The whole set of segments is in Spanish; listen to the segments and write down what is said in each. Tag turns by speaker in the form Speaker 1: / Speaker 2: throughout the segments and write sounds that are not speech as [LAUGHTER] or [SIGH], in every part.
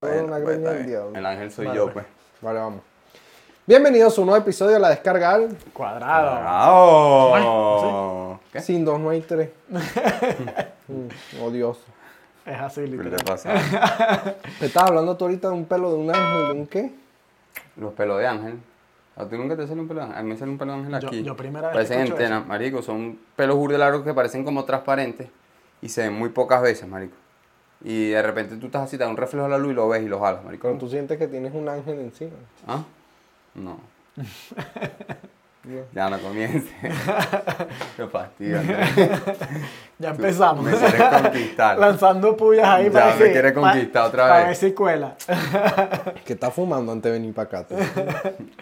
Speaker 1: Pues,
Speaker 2: greña
Speaker 1: está
Speaker 2: del
Speaker 1: bien.
Speaker 2: diablo.
Speaker 1: El ángel soy
Speaker 3: Vale,
Speaker 1: yo,
Speaker 3: pues.
Speaker 1: pues.
Speaker 2: Vale, vamos. Bienvenidos a un nuevo episodio de La Descarga Al.
Speaker 3: Cuadrado.
Speaker 1: ¡Bravo! ¿Qué?
Speaker 2: Sin dos no hay
Speaker 3: [LAUGHS]
Speaker 2: tres. Mm, odioso.
Speaker 3: Es así,
Speaker 1: ¿Qué
Speaker 3: literal.
Speaker 1: te pasa?
Speaker 2: ¿Te estabas hablando tú ahorita de un pelo de un ángel, de un qué?
Speaker 1: Los pelos de ángel. ¿A ti nunca te sale un pelo de ángel? A mí me sale un pelo de ángel
Speaker 3: Yo-
Speaker 1: aquí.
Speaker 3: yo primera vez que
Speaker 1: Parecen
Speaker 3: escucho
Speaker 1: antenas, marico. Son pelos burde largos que parecen como transparentes y se ven muy pocas veces, marico. Y de repente tú estás así, te da un reflejo a la luz y lo ves y lo jalas, marico.
Speaker 2: Cuando tú sientes que tienes un ángel encima.
Speaker 1: ¿Ah? No.
Speaker 2: No.
Speaker 1: Ya no
Speaker 3: [LAUGHS]
Speaker 1: comience. Qué fastidio. ¿no?
Speaker 3: Ya empezamos.
Speaker 1: Me quieres conquistar.
Speaker 3: [LAUGHS] Lanzando pullas ahí
Speaker 1: Ya,
Speaker 3: para
Speaker 1: me
Speaker 3: que.
Speaker 1: quiere
Speaker 3: pa-
Speaker 1: conquistar otra
Speaker 3: Para
Speaker 1: vez.
Speaker 3: ver si cuela. [LAUGHS]
Speaker 2: Que está fumando antes de venir para acá. tú.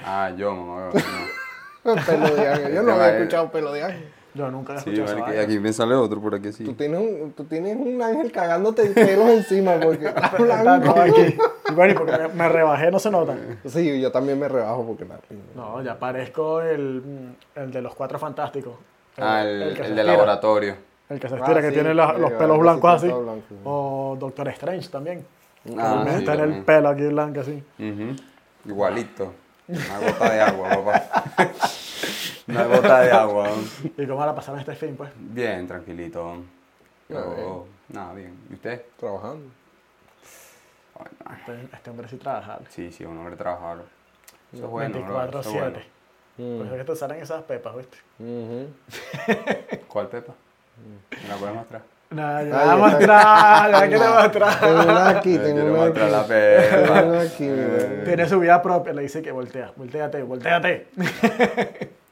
Speaker 1: Ah, yo, mamá.
Speaker 3: [LAUGHS]
Speaker 1: No.
Speaker 2: pelo de ángel. Yo no
Speaker 1: Este
Speaker 2: había
Speaker 1: va-
Speaker 2: escuchado pelo de ángel.
Speaker 3: Yo nunca lo he
Speaker 1: Sí,
Speaker 3: escuchado. esa
Speaker 1: marico, y
Speaker 3: vaina.
Speaker 1: aquí me sale otro por aquí,
Speaker 2: Tú
Speaker 1: sí.
Speaker 2: tienes un, tú tienes un ángel cagándote pelos encima
Speaker 3: [LAUGHS]
Speaker 2: porque está
Speaker 3: Está
Speaker 2: blanco.
Speaker 3: todo aquí.
Speaker 1: [LAUGHS]
Speaker 3: Y bueno, y porque me, me rebajé, no se nota.
Speaker 1: Eh.
Speaker 2: Sí, yo también me rebajo porque la
Speaker 3: No, ya parezco el, mm, el de los cuatro fantásticos.
Speaker 1: Ah, el, el
Speaker 3: que se
Speaker 1: de
Speaker 3: estira.
Speaker 1: laboratorio.
Speaker 3: El que se
Speaker 2: Ah,
Speaker 3: estira, que
Speaker 2: sí,
Speaker 3: tiene la- los
Speaker 2: marico,
Speaker 3: pelos
Speaker 2: sí,
Speaker 3: blancos
Speaker 2: sí,
Speaker 3: así. Oh.
Speaker 2: todo blanco, sí.
Speaker 3: O Doctor Strange también.
Speaker 1: Ah,
Speaker 3: También
Speaker 1: sí,
Speaker 3: tiene el
Speaker 1: también.
Speaker 3: pelo aquí blanco así.
Speaker 1: Ujú. Igualito. Una gota de agua, papá. Una gota de agua.
Speaker 3: ¿Y cómo la pasaron este fin, pues?
Speaker 1: Bien, tranquilito. Yo, nada, bien. ¿Y usted?
Speaker 2: Trabajando.
Speaker 3: Este, este hombre sí trabaja.
Speaker 1: Sí, sí, un hombre trabajador. Eso es bueno, bro,
Speaker 3: 24-7.
Speaker 1: eso es bueno.
Speaker 3: Por eso Pues es que te salen esas pepas, ¿viste?
Speaker 2: Ujú.
Speaker 1: ¿Cuál Pepa? ¿Me la puedes mostrar?
Speaker 3: No, ya
Speaker 2: Ahí
Speaker 3: la
Speaker 2: está.
Speaker 3: mostrar, ya que te mostrar. [LAUGHS]
Speaker 2: Tengo una aquí,
Speaker 1: Yo
Speaker 2: tengo
Speaker 1: quiero
Speaker 2: una aquí.
Speaker 1: mostrar la Pepa.
Speaker 2: Tengo [LAUGHS] una aquí, mira.
Speaker 3: Tiene su vida propia, le dice que voltea, volteate, volteate.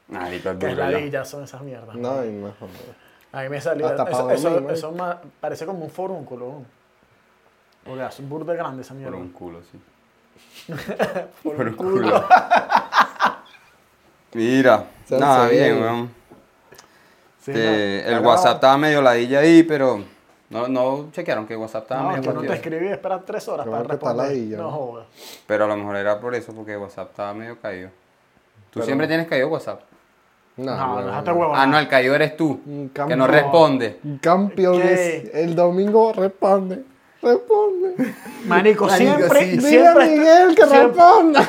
Speaker 1: Marico, es
Speaker 3: Que es
Speaker 1: duro,
Speaker 3: la
Speaker 1: yo.
Speaker 3: villa, son esas mierdas.
Speaker 2: No, y no, joder.
Speaker 3: A mí me salió.
Speaker 2: Hasta
Speaker 3: Eso,
Speaker 2: pa'
Speaker 3: eso,
Speaker 2: dormir,
Speaker 3: eso,
Speaker 2: ¿no?
Speaker 3: ma- parece como un forúnculo. ¿no? Porque es un burde grande esa
Speaker 1: Por
Speaker 3: mierda.
Speaker 1: un culo, sí. [LAUGHS] Por un culo. [LAUGHS] Mira,
Speaker 2: Se-
Speaker 1: nada,
Speaker 2: se
Speaker 1: bien,
Speaker 2: viene.
Speaker 1: weón.
Speaker 3: Sí,
Speaker 1: Este, el
Speaker 2: Está
Speaker 1: WhatsApp
Speaker 2: grabado.
Speaker 1: estaba medio ladilla ahí, pero no, no chequearon que WhatsApp
Speaker 3: no,
Speaker 1: estaba
Speaker 3: no,
Speaker 1: medio
Speaker 3: que no te
Speaker 1: fastidioso.
Speaker 3: escribí, espera tres horas
Speaker 2: Qué
Speaker 3: para
Speaker 2: bueno que está la
Speaker 3: responder.
Speaker 2: villa,
Speaker 3: no
Speaker 2: ¿no?
Speaker 3: jodas.
Speaker 1: Pero a lo mejor era por eso, porque WhatsApp estaba medio caído. Tú siempre tienes caído WhatsApp.
Speaker 2: No,
Speaker 3: No,
Speaker 2: weón.
Speaker 3: déjate huevo.
Speaker 1: Ah, no, el caído eres tú,
Speaker 2: Un
Speaker 1: que no
Speaker 2: campo.
Speaker 1: responde.
Speaker 2: Campeón
Speaker 3: ¿Qué?
Speaker 2: es- el domingo responde. Responde.
Speaker 3: Manico, siempre,
Speaker 1: sí.
Speaker 3: siempre.
Speaker 2: Dile a Miguel que
Speaker 1: [LAUGHS]
Speaker 3: siempre-
Speaker 2: responda.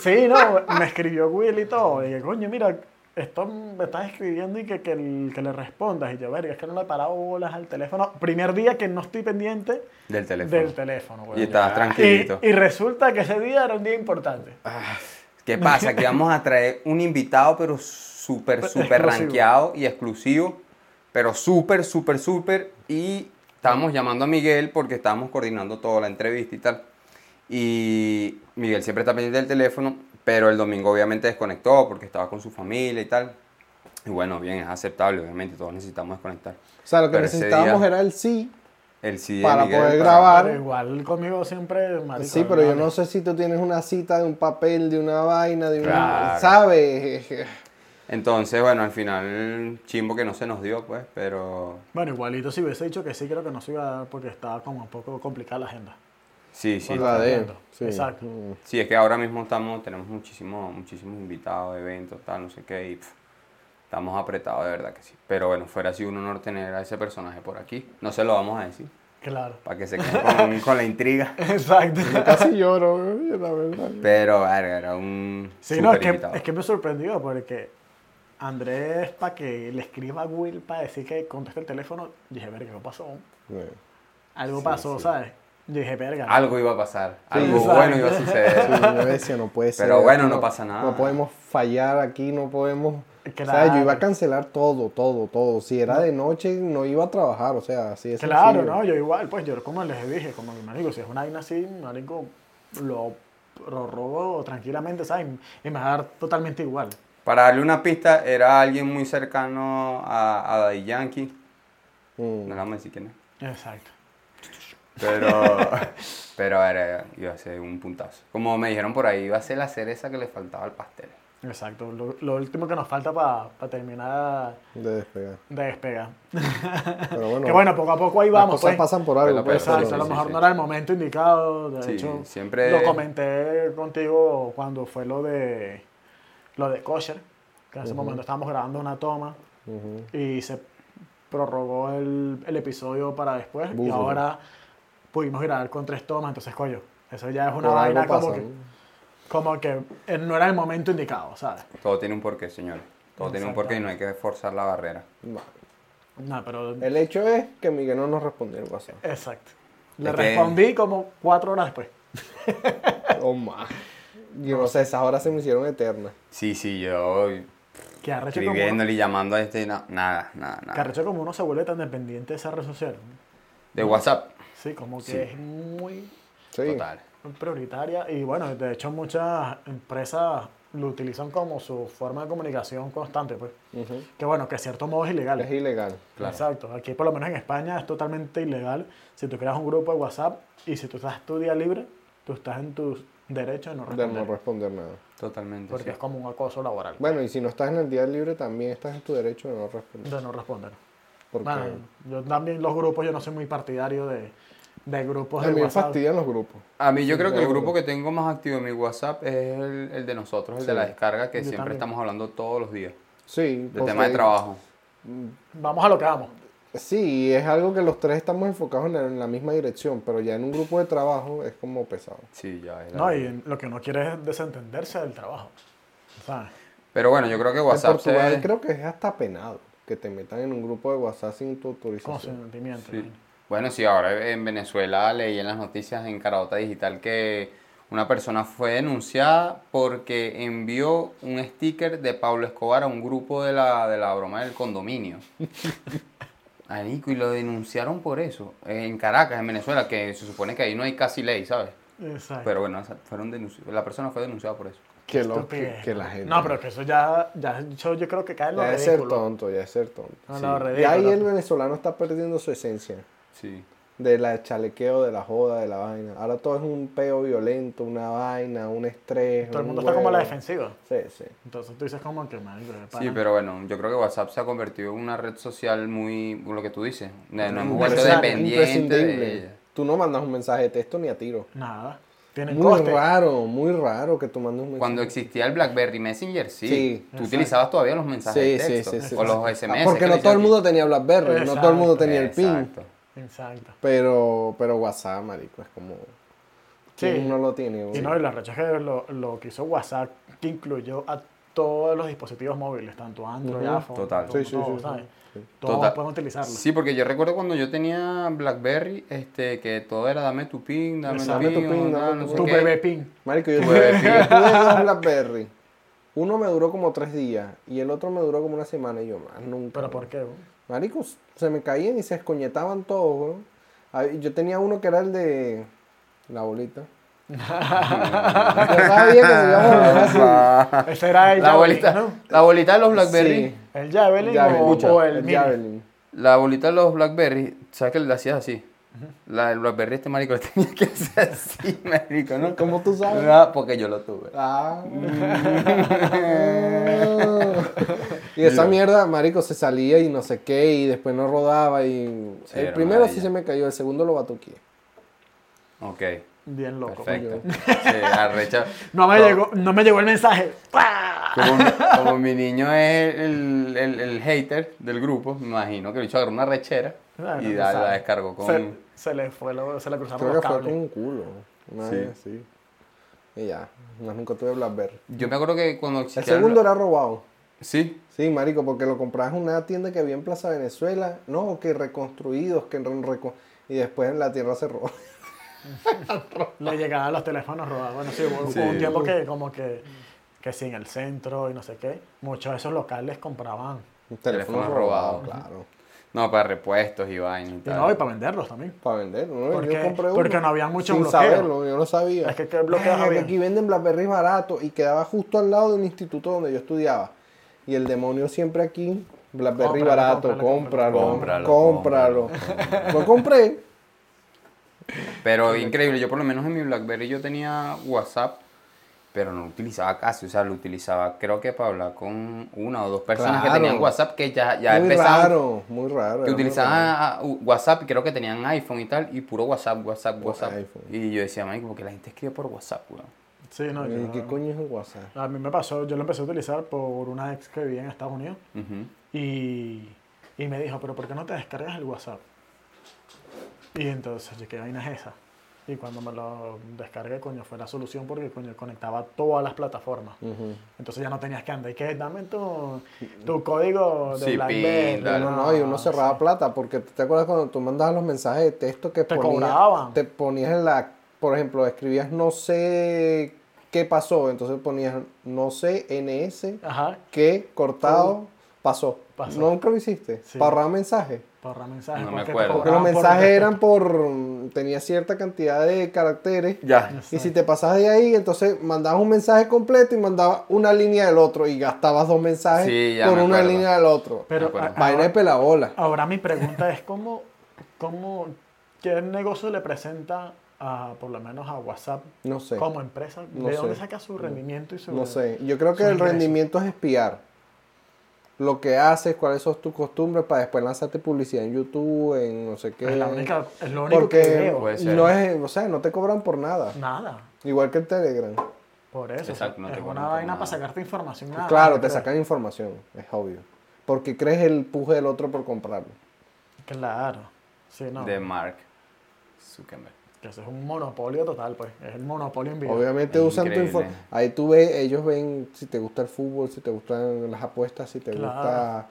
Speaker 3: Sí, no, me escribió Will y todo. Y dije, coño, mira, esto me estás escribiendo y que, que, el- que le respondas. Y yo, verga, es que no le he parado bolas al teléfono. Primer día que no estoy pendiente
Speaker 1: Del teléfono.
Speaker 3: del teléfono, güey.
Speaker 1: Y estabas tranquilito.
Speaker 3: Y, y resulta que ese día era un día importante.
Speaker 2: Ah.
Speaker 1: ¿Qué pasa? Que vamos a traer un invitado, pero súper, súper
Speaker 3: exclusivo.
Speaker 1: rankeado y exclusivo. Pero súper, súper, súper. Y estábamos llamando a Miguel porque estábamos coordinando toda la entrevista y tal. Y Miguel siempre está pendiente del teléfono, pero el domingo obviamente desconectó porque estaba con su familia y tal. Y bueno, bien, es aceptable, obviamente, todos necesitamos desconectar.
Speaker 2: O sea, lo que
Speaker 1: Pero ese
Speaker 2: necesitábamos
Speaker 1: día-
Speaker 2: era el sí.
Speaker 1: El sí de
Speaker 2: Para
Speaker 1: Miguel
Speaker 2: poder grabar. Claro.
Speaker 3: Pero igual conmigo siempre, marico,
Speaker 2: Sí, pero yo
Speaker 3: vale.
Speaker 2: no sé si tú tienes una cita de un papel, de una vaina, de una...
Speaker 1: Claro.
Speaker 2: ¿Sabes? [LAUGHS]
Speaker 1: Entonces, bueno, al final, chimbo que no se nos dio, pues, pero
Speaker 3: Bueno, igualito si hubiese dicho que sí, creo que no se iba a dar porque estaba como un poco complicada la agenda.
Speaker 1: sí, sí.
Speaker 2: Por la de...
Speaker 3: entiendo.
Speaker 2: Sí.
Speaker 3: Exacto.
Speaker 2: Mm.
Speaker 1: Sí, es que ahora mismo estamos, tenemos muchísimos, muchísimos invitados, eventos, tal, no sé qué, y pf, estamos apretados de verdad que sí. Pero bueno, fuera así un honor tener a ese personaje por aquí. No se lo vamos a decir,
Speaker 3: Claro. [LAUGHS]
Speaker 1: para que se queden con, con la intriga.
Speaker 3: Exacto.
Speaker 2: Casi lloro, güey, la verdad.
Speaker 1: Pero verga, era un
Speaker 3: Sí, no, es
Speaker 1: super
Speaker 3: que,
Speaker 1: invitado.
Speaker 3: es que me sorprendió porque Andrés, para que le escriba a Will para decir que conteste el teléfono, dije, verga, ¿qué pasó?
Speaker 2: Sí.
Speaker 3: Algo pasó, ¿sabes? Yo dije, verga.
Speaker 1: Algo iba a pasar, algo
Speaker 3: exacto.
Speaker 1: bueno iba a suceder.
Speaker 2: Sí, yo decía, no puede ser.
Speaker 1: Pero bueno, no pasa nada.
Speaker 2: No podemos fallar aquí, no podemos. O sea,
Speaker 3: Claro.
Speaker 2: yo iba a cancelar todo, todo, todo. Si era de noche, no iba a trabajar, o sea, así es.
Speaker 3: Claro, ¿no? Yo igual, pues yo como les dije, como mi marico, si es una vaina así, marico, lo, lo robo tranquilamente, ¿sabes? Y me va a dar totalmente igual.
Speaker 1: Para darle una pista, era alguien muy cercano a, a Daddy Yankee.
Speaker 2: Mm,
Speaker 1: No le vamos a decir quién es.
Speaker 3: Exacto. [LAUGHS]
Speaker 1: Pero, pero era, iba a ser un puntazo. Como me dijeron por ahí, iba a ser la cereza que le faltaba al pastel.
Speaker 3: Exacto. Lo, lo último que nos falta para terminar
Speaker 2: De despegar.
Speaker 3: de despegar. [LAUGHS]
Speaker 2: Pero bueno,
Speaker 3: que bueno, poco a poco ahí
Speaker 2: las
Speaker 3: vamos.
Speaker 2: cosas
Speaker 3: pues.
Speaker 2: pasan por algo.
Speaker 1: Pero,
Speaker 2: pues,
Speaker 1: pero,
Speaker 3: Exacto,
Speaker 2: pero-
Speaker 3: a lo
Speaker 1: sí,
Speaker 3: mejor
Speaker 1: sí.
Speaker 3: no era el momento indicado. De
Speaker 1: Sí,
Speaker 3: hecho,
Speaker 1: siempre-
Speaker 3: lo comenté contigo cuando fue lo de lo de Kosher, que en ese momento estábamos grabando una toma y se prorrogó el, el episodio para después. Y
Speaker 2: Búfalo.
Speaker 3: ahora pudimos grabar con tres tomas, entonces, coño, Eso ya es una
Speaker 2: Por algo
Speaker 3: vaina como
Speaker 2: pasa,
Speaker 3: que,
Speaker 2: ¿no?
Speaker 3: como que eh, no era el momento indicado, ¿sabes?
Speaker 1: Todo tiene un porqué, señores. Todo tiene un porqué y no hay que forzar la barrera.
Speaker 2: No.
Speaker 3: No, pero.
Speaker 2: El hecho es que Miguel no nos respondió el WhatsApp.
Speaker 3: [LAUGHS] Exacto. Le
Speaker 1: Es que-
Speaker 3: respondí como cuatro horas después.
Speaker 2: O más. Oh, Yo no sé, esas horas se me hicieron eternas.
Speaker 1: Sí, sí, yo
Speaker 3: Que arrecho como, uno,
Speaker 1: escribiéndole y llamando a este, no, nada, nada,
Speaker 3: que
Speaker 1: nada.
Speaker 3: arrecho como uno se vuelve tan dependiente de esa red social.
Speaker 1: De WhatsApp.
Speaker 3: Sí, como que
Speaker 1: Sí.
Speaker 3: es muy
Speaker 2: Sí.
Speaker 1: Total.
Speaker 3: prioritaria. Y bueno, de hecho, muchas empresas lo utilizan como su forma de comunicación constante, pues.
Speaker 2: Ujú.
Speaker 3: Que bueno, que de cierto modo es ilegal.
Speaker 2: Es ilegal.
Speaker 1: Claro.
Speaker 3: Exacto. Aquí, por lo menos en España, es totalmente ilegal si tú creas un grupo de WhatsApp y si tú estás tu día libre, tú estás en tus derechos de no
Speaker 2: De
Speaker 3: responder.
Speaker 2: no responder nada.
Speaker 1: Totalmente.
Speaker 3: porque
Speaker 1: sí.
Speaker 3: es como un acoso laboral.
Speaker 2: Bueno, y si no estás en el día libre, también estás en tu derecho de no responder.
Speaker 3: de no responder.
Speaker 2: Porque
Speaker 3: Bueno, yo también los grupos, yo no soy muy partidario de, de grupos
Speaker 2: a
Speaker 3: de
Speaker 2: mí me
Speaker 3: WhatsApp.
Speaker 2: fastidian los grupos.
Speaker 1: A mí yo creo que el
Speaker 2: seguro.
Speaker 1: grupo que tengo más activo en mi WhatsApp es el, el de nosotros, el de
Speaker 2: Sí.
Speaker 1: la descarga, que
Speaker 3: Yo
Speaker 1: siempre
Speaker 3: también.
Speaker 1: estamos hablando todos los días.
Speaker 2: Sí.
Speaker 1: De
Speaker 2: porque-
Speaker 1: tema de trabajo.
Speaker 3: Vamos a lo que vamos.
Speaker 2: Sí, es algo que los tres estamos enfocados en la, en la misma dirección, pero ya en un grupo de trabajo es como pesado.
Speaker 1: Sí, ya es la
Speaker 3: No,
Speaker 1: verdad.
Speaker 3: y lo que uno quiere es desentenderse del trabajo. ¿Sabes?
Speaker 1: Pero bueno, yo creo que WhatsApp
Speaker 2: en Portugal
Speaker 1: se...
Speaker 2: creo que es hasta penado que te metan en un grupo de WhatsApp sin tu autorización.
Speaker 3: Consentimiento.
Speaker 1: Sí.
Speaker 3: ¿no?
Speaker 1: Bueno, sí, ahora en Venezuela leí en las noticias en Carabota Digital que una persona fue denunciada porque envió un sticker de Pablo Escobar a un grupo de la, de la broma del [LAUGHS] condominio. Marico, y lo denunciaron por eso. En Caracas, en Venezuela, que se supone que ahí no hay casi ley, ¿sabes?
Speaker 3: Exacto.
Speaker 1: Pero bueno, esa- fueron denunci- la persona fue denunciada por eso.
Speaker 2: Que, lo, que,
Speaker 3: Estupidez,
Speaker 2: que la
Speaker 3: ¿no?
Speaker 2: gente.
Speaker 3: No, pero que eso ya, ya yo, yo creo que cae en lo
Speaker 2: Ya es ser
Speaker 3: ridículo.
Speaker 2: tonto, ya es ser tonto.
Speaker 3: No,
Speaker 1: Sí.
Speaker 3: lo ridículo.
Speaker 2: Y ahí el venezolano está perdiendo su esencia.
Speaker 1: Sí.
Speaker 2: De la chalequeo, de la joda, de la vaina. Ahora todo es un peo violento, una vaina, un estrés.
Speaker 3: Todo el
Speaker 2: un
Speaker 3: mundo está como a la
Speaker 2: huevo.
Speaker 3: defensiva.
Speaker 2: Sí, sí.
Speaker 3: Entonces tú dices como que, marico, de
Speaker 1: Sí,
Speaker 3: pana.
Speaker 1: pero bueno, yo creo que WhatsApp se ha convertido en una red social muy, lo que tú dices, de- nos hemos vuelto
Speaker 3: Necesaria,
Speaker 1: dependientes de
Speaker 2: Imprescindible.
Speaker 1: ella.
Speaker 2: Tú no mandas un mensaje de texto ni a tiro.
Speaker 3: Nada. Tienen
Speaker 2: Muy
Speaker 3: coste.
Speaker 2: raro, muy raro que tú mandes un mensaje.
Speaker 1: Cuando existía el BlackBerry Messenger, sí.
Speaker 2: Pues Sí,
Speaker 1: tú
Speaker 3: exacto.
Speaker 1: utilizabas todavía los mensajes de
Speaker 2: Sí, sí,
Speaker 1: texto
Speaker 2: sí, sí,
Speaker 1: o
Speaker 2: sí.
Speaker 1: los SMS.
Speaker 2: Ah, Porque
Speaker 1: que
Speaker 2: no
Speaker 1: dicen
Speaker 2: todo el
Speaker 1: aquí.
Speaker 2: mundo tenía BlackBerry, no todo el mundo tenía el PIN.
Speaker 1: Exacto.
Speaker 3: Exacto.
Speaker 2: Pero, pero WhatsApp, marico, es como...
Speaker 3: Sí.
Speaker 2: ¿Quién no lo tiene?
Speaker 3: Y no, y la rechaza que lo, lo que hizo WhatsApp, que incluyó a todos los dispositivos móviles, tanto Android,
Speaker 2: Ujú.
Speaker 3: iPhone,
Speaker 1: Total.
Speaker 3: todo-
Speaker 2: Sí, sí,
Speaker 3: todo,
Speaker 2: sí,
Speaker 3: ¿sabes?
Speaker 2: sí.
Speaker 3: Todos
Speaker 1: Total.
Speaker 3: pueden utilizarlo.
Speaker 1: Sí, porque yo recuerdo cuando yo tenía BlackBerry, este, que todo era dame tu PIN, dame tu
Speaker 3: Exacto.
Speaker 2: Dame tu
Speaker 1: PIN,
Speaker 2: PIN,
Speaker 1: no,
Speaker 2: dame
Speaker 1: no
Speaker 2: tu
Speaker 1: sé
Speaker 3: tu
Speaker 1: qué.
Speaker 3: bebé pin.
Speaker 2: Marico, yo
Speaker 1: Tu
Speaker 2: tuve,
Speaker 1: bebé
Speaker 2: yo tuve dos Blackberry. Uno me duró como tres días y el otro me duró como una semana y yo, más nunca.
Speaker 3: ¿Pero
Speaker 2: bro".
Speaker 3: por qué? bro?
Speaker 2: Marico, s- se me caían y se escoñetaban todos, bro. Ay, Yo tenía uno que era el de la
Speaker 1: [LAUGHS]
Speaker 2: bolita. yo sabía que se iba a volver [LAUGHS] así.
Speaker 3: Ese era
Speaker 1: [LAUGHS]
Speaker 3: el
Speaker 1: la,
Speaker 3: Javelin,
Speaker 1: bolita,
Speaker 3: ¿no?
Speaker 1: la bolita de los BlackBerry.
Speaker 2: Sí,
Speaker 3: El Javelin,
Speaker 2: Javelin,
Speaker 3: o,
Speaker 2: escucha,
Speaker 3: o el, Mini.
Speaker 2: Javelin.
Speaker 1: La bolita de los Blackberry, ¿sabes que le hacías así? La del Blackberry, este marico, le [LAUGHS] tenía que hacer así, marico, ¿no?
Speaker 2: ¿Cómo tú sabes?
Speaker 1: No, porque yo lo tuve.
Speaker 2: Ah. y esa mierda, marico, se salía y no sé qué, y después no rodaba. Y
Speaker 1: Sí,
Speaker 2: el
Speaker 1: era
Speaker 2: primero sí
Speaker 1: maravilla.
Speaker 2: se me cayó, el segundo lo batuqué.
Speaker 1: Ok,
Speaker 3: Bien loco.
Speaker 1: perfecto. Sí, arrecha.
Speaker 3: No me,
Speaker 1: Todo-
Speaker 3: llegó, no me llegó el mensaje. ¡Pah!
Speaker 1: Como, mi- como mi niño es el, el- el hater del grupo, me imagino que el bicho agarró una rechera
Speaker 3: Claro,
Speaker 1: y
Speaker 3: no
Speaker 1: la,
Speaker 3: sabe.
Speaker 1: la descargó con...
Speaker 3: Se, se le fue, lo- se le cruzaron
Speaker 2: Creo
Speaker 3: los
Speaker 2: que fue con
Speaker 3: cables.
Speaker 2: un culo. Una
Speaker 1: Sí.
Speaker 2: vez así. Y ya, más nunca tuve Blackberry.
Speaker 1: Yo me acuerdo que cuando
Speaker 2: El
Speaker 1: existía...
Speaker 2: segundo era robado.
Speaker 1: Sí,
Speaker 2: Sí, marico, porque lo comprabas en una tienda que había en Plaza Venezuela. No, que reconstruidos, que en reco- Y después en la tierra se robó. [LAUGHS]
Speaker 3: Le llegaban los teléfonos robados. Bueno, sí, hubo,
Speaker 1: Sí.
Speaker 3: hubo un tiempo que como que, que sí, en el centro y no sé qué, muchos de esos locales compraban.
Speaker 2: Un
Speaker 1: Teléfono
Speaker 2: teléfono, robado,
Speaker 1: robado.
Speaker 2: claro.
Speaker 1: no, para repuestos y vaina y
Speaker 3: Y
Speaker 1: tal.
Speaker 3: no, y para venderlos también.
Speaker 2: Para vender, ¿no?
Speaker 3: ¿Por
Speaker 2: yo
Speaker 3: qué?
Speaker 2: compré uno.
Speaker 3: Porque no había muchos
Speaker 2: Sin
Speaker 3: bloqueos.
Speaker 2: saberlo, yo no sabía.
Speaker 3: Es que ¿qué bloqueos
Speaker 2: Verga, que
Speaker 3: había?
Speaker 2: aquí venden Blackberry barato y quedaba justo al lado de un instituto donde yo estudiaba. Y el demonio siempre aquí, Blackberry
Speaker 3: Cómpralo,
Speaker 2: barato,
Speaker 3: cómpralo,
Speaker 2: cómpralo, cómpralo.
Speaker 1: cómpralo. Cómpralo,
Speaker 2: Lo compré.
Speaker 1: Pero increíble, yo por lo menos en mi BlackBerry yo tenía WhatsApp, pero no lo utilizaba casi, o sea, lo utilizaba creo que para hablar con una o dos personas que
Speaker 2: Claro.
Speaker 1: tenían WhatsApp que ya, ya
Speaker 2: muy
Speaker 1: empezaban...
Speaker 2: raro, muy raro.
Speaker 1: Que
Speaker 2: era muy
Speaker 1: utilizaban
Speaker 2: raro.
Speaker 1: a- a- WhatsApp, creo que tenían iPhone y tal, y puro WhatsApp, WhatsApp, WhatsApp.
Speaker 2: iPhone.
Speaker 1: Y yo decía, marico, porque la gente escribe por WhatsApp, weón.
Speaker 3: Sí,
Speaker 1: Ah,
Speaker 3: no,
Speaker 2: Eh,
Speaker 3: yo,
Speaker 2: ¿Qué coño es el WhatsApp?
Speaker 3: A mí me pasó, yo lo empecé a utilizar por una ex que vivía en Estados Unidos
Speaker 1: Ujú.
Speaker 3: y, y me dijo, pero ¿por qué no te descargas el WhatsApp? Y entonces, yo, ¿qué vaina es esa? Y cuando me lo descargué, coño, fue la solución porque, coño, conectaba todas las plataformas.
Speaker 2: Ujú.
Speaker 3: Entonces ya no tenías que andar. Y que dame tu,
Speaker 2: Mm.
Speaker 3: tu código de
Speaker 1: Sí,
Speaker 3: BlackBerry.
Speaker 1: pinta,
Speaker 2: No, no, y
Speaker 3: Ah,
Speaker 2: uno cerraba plata, porque ¿tú ¿te acuerdas cuando tú mandabas los mensajes de texto que
Speaker 3: Te
Speaker 2: ponías-
Speaker 3: cobraban.
Speaker 2: Te ponías en la, por ejemplo, escribías no sé qué pasó, entonces ponías no sé NS
Speaker 3: Ajá,
Speaker 2: qué cortado pasó.
Speaker 3: Pasó.
Speaker 2: Nunca lo hiciste,
Speaker 3: Sí.
Speaker 2: para ahorrar mensajes.
Speaker 3: para ahorrar mensajes.
Speaker 1: No me
Speaker 3: porque te
Speaker 1: acuerdo.
Speaker 2: Ah, Porque
Speaker 3: cobraban
Speaker 2: los
Speaker 3: por-
Speaker 2: mensajes
Speaker 3: [LAUGHS]
Speaker 2: eran por, tenía cierta cantidad de caracteres.
Speaker 1: Ya.
Speaker 2: Y si te pasabas de ahí, entonces mandabas un mensaje completo y mandabas una línea del otro y gastabas dos mensajes
Speaker 1: Sí, ya
Speaker 2: por
Speaker 1: me
Speaker 2: una
Speaker 1: acuerdo.
Speaker 2: línea del otro.
Speaker 1: De
Speaker 3: Pero
Speaker 1: acuerdo.
Speaker 3: a-
Speaker 2: Vaina de
Speaker 3: ahora,
Speaker 2: pelabola.
Speaker 3: ahora mi pregunta es cómo, cómo, ¿qué negocio le presenta a, por lo menos a WhatsApp
Speaker 2: No sé.
Speaker 3: como empresa?
Speaker 2: No
Speaker 3: ¿De dónde
Speaker 2: sé.
Speaker 3: saca su rendimiento y su...
Speaker 2: No sé, yo creo que
Speaker 3: Son
Speaker 2: el
Speaker 3: ingresos.
Speaker 2: rendimiento es espiar lo que haces, cuáles son tus costumbres para después lanzarte publicidad en YouTube, en no sé qué.
Speaker 3: Es, la única, es lo único
Speaker 2: porque
Speaker 3: que veo.
Speaker 1: Puede ser.
Speaker 2: no es, o sea, no te cobran por nada.
Speaker 3: Nada.
Speaker 2: Igual que el Telegram.
Speaker 3: Por eso.
Speaker 1: Exacto, no
Speaker 3: es
Speaker 1: te
Speaker 3: una
Speaker 1: cobran por
Speaker 3: vaina
Speaker 1: nada.
Speaker 3: para sacarte información. nada
Speaker 2: claro,
Speaker 3: más,
Speaker 2: te
Speaker 3: creo.
Speaker 2: sacan información, es obvio. Porque crees el puje del otro por comprarlo.
Speaker 3: Claro. Sí, no.
Speaker 1: De Mark Zuckerberg.
Speaker 3: Que eso es un monopolio total, pues. Es el monopolio en video.
Speaker 2: Obviamente
Speaker 1: Es
Speaker 2: usan tu
Speaker 1: increíble.
Speaker 2: información. Ahí tú ves, ellos ven si te gusta el fútbol, si te gustan las apuestas, si te
Speaker 3: Claro.
Speaker 2: gusta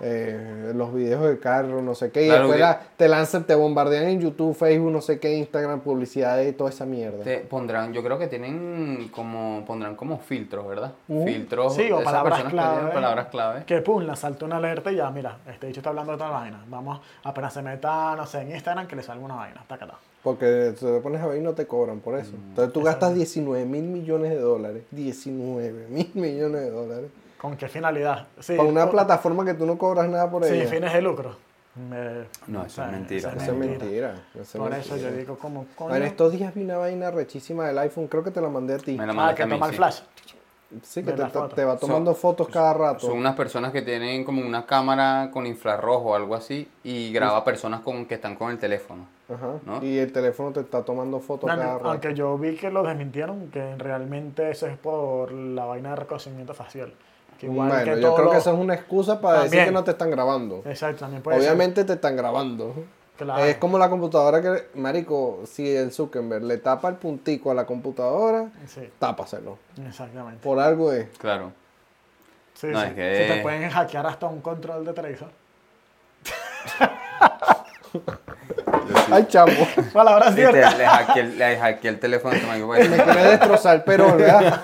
Speaker 2: eh, los videos de carro, no sé qué. Y
Speaker 1: Claro
Speaker 2: después
Speaker 1: que-
Speaker 2: la- te lanzan, te bombardean en YouTube, Facebook, no sé qué, Instagram, publicidades y toda esa mierda.
Speaker 1: Te pondrán, yo creo que tienen como, pondrán como filtros, ¿verdad?
Speaker 2: Uh,
Speaker 1: filtros.
Speaker 3: Sí, o
Speaker 1: esas
Speaker 3: palabras
Speaker 1: personas que
Speaker 3: clave.
Speaker 1: tienen palabras clave.
Speaker 3: Que pum, la salta una alerta y ya, mira, este dicho está hablando de tal vaina. Vamos, apenas se meta, no sé, en Instagram, que le salga una vaina. Taca, taca.
Speaker 2: Porque si te pones a ver y no te cobran por eso. Entonces tú gastas 19 mil millones de dólares. 19 mil millones de dólares.
Speaker 3: ¿Con qué finalidad? Sí,
Speaker 2: Para una
Speaker 3: con-
Speaker 2: plataforma que tú no cobras nada por
Speaker 3: Sin
Speaker 2: ella.
Speaker 3: fines de lucro. Me-
Speaker 1: No, eso es
Speaker 3: ¿sabes?
Speaker 1: mentira.
Speaker 2: Eso es mentira. Eso es
Speaker 3: Por eso yo
Speaker 2: mentira.
Speaker 3: digo, como
Speaker 2: Bueno, en estos días vi una vaina rechísima del iPhone, creo que te la mandé a ti.
Speaker 1: Me la
Speaker 3: Ah,
Speaker 1: mandaste
Speaker 3: que
Speaker 1: a mí,
Speaker 3: toma el
Speaker 1: sí.
Speaker 3: flash.
Speaker 2: Sí,
Speaker 3: de
Speaker 2: que te,
Speaker 3: la foto.
Speaker 2: te va tomando
Speaker 1: Son-
Speaker 2: fotos cada rato.
Speaker 1: Son unas personas que tienen como una cámara con infrarrojo o algo así y graba personas con que están con el teléfono.
Speaker 2: Ajá.
Speaker 1: ¿no?
Speaker 2: Y el teléfono te está tomando fotos
Speaker 3: No, no,
Speaker 2: cada rato.
Speaker 3: aunque yo vi que lo desmintieron, que realmente eso es por la vaina de reconocimiento facial. Que igual
Speaker 2: Mm, bueno,
Speaker 3: que
Speaker 2: yo
Speaker 3: todo
Speaker 2: creo que
Speaker 3: lo-
Speaker 2: eso es una excusa para decir
Speaker 3: También.
Speaker 2: que no te están grabando.
Speaker 3: Exacto, también puede ser.
Speaker 2: Obviamente te están grabando.
Speaker 3: Claro.
Speaker 2: Es como la computadora que, marico, si el Zuckerberg le tapa el puntico a la computadora,
Speaker 3: Sí,
Speaker 2: tápaselo.
Speaker 3: exactamente.
Speaker 2: Por algo es.
Speaker 1: Claro.
Speaker 2: Pues,
Speaker 3: Sí,
Speaker 1: No,
Speaker 3: sí.
Speaker 1: es que-
Speaker 3: Se te pueden hackear hasta un control
Speaker 2: [LAUGHS]
Speaker 3: de televisor.
Speaker 2: Ay, chamo. [LAUGHS]
Speaker 3: Palabras
Speaker 2: Este,
Speaker 1: Sí, te- le
Speaker 3: ciertas.
Speaker 1: hackeé el, le hackeé el teléfono a tu amigo,
Speaker 3: [LAUGHS]
Speaker 1: pues.
Speaker 2: Me quiere destrozar, pero ¿verdad?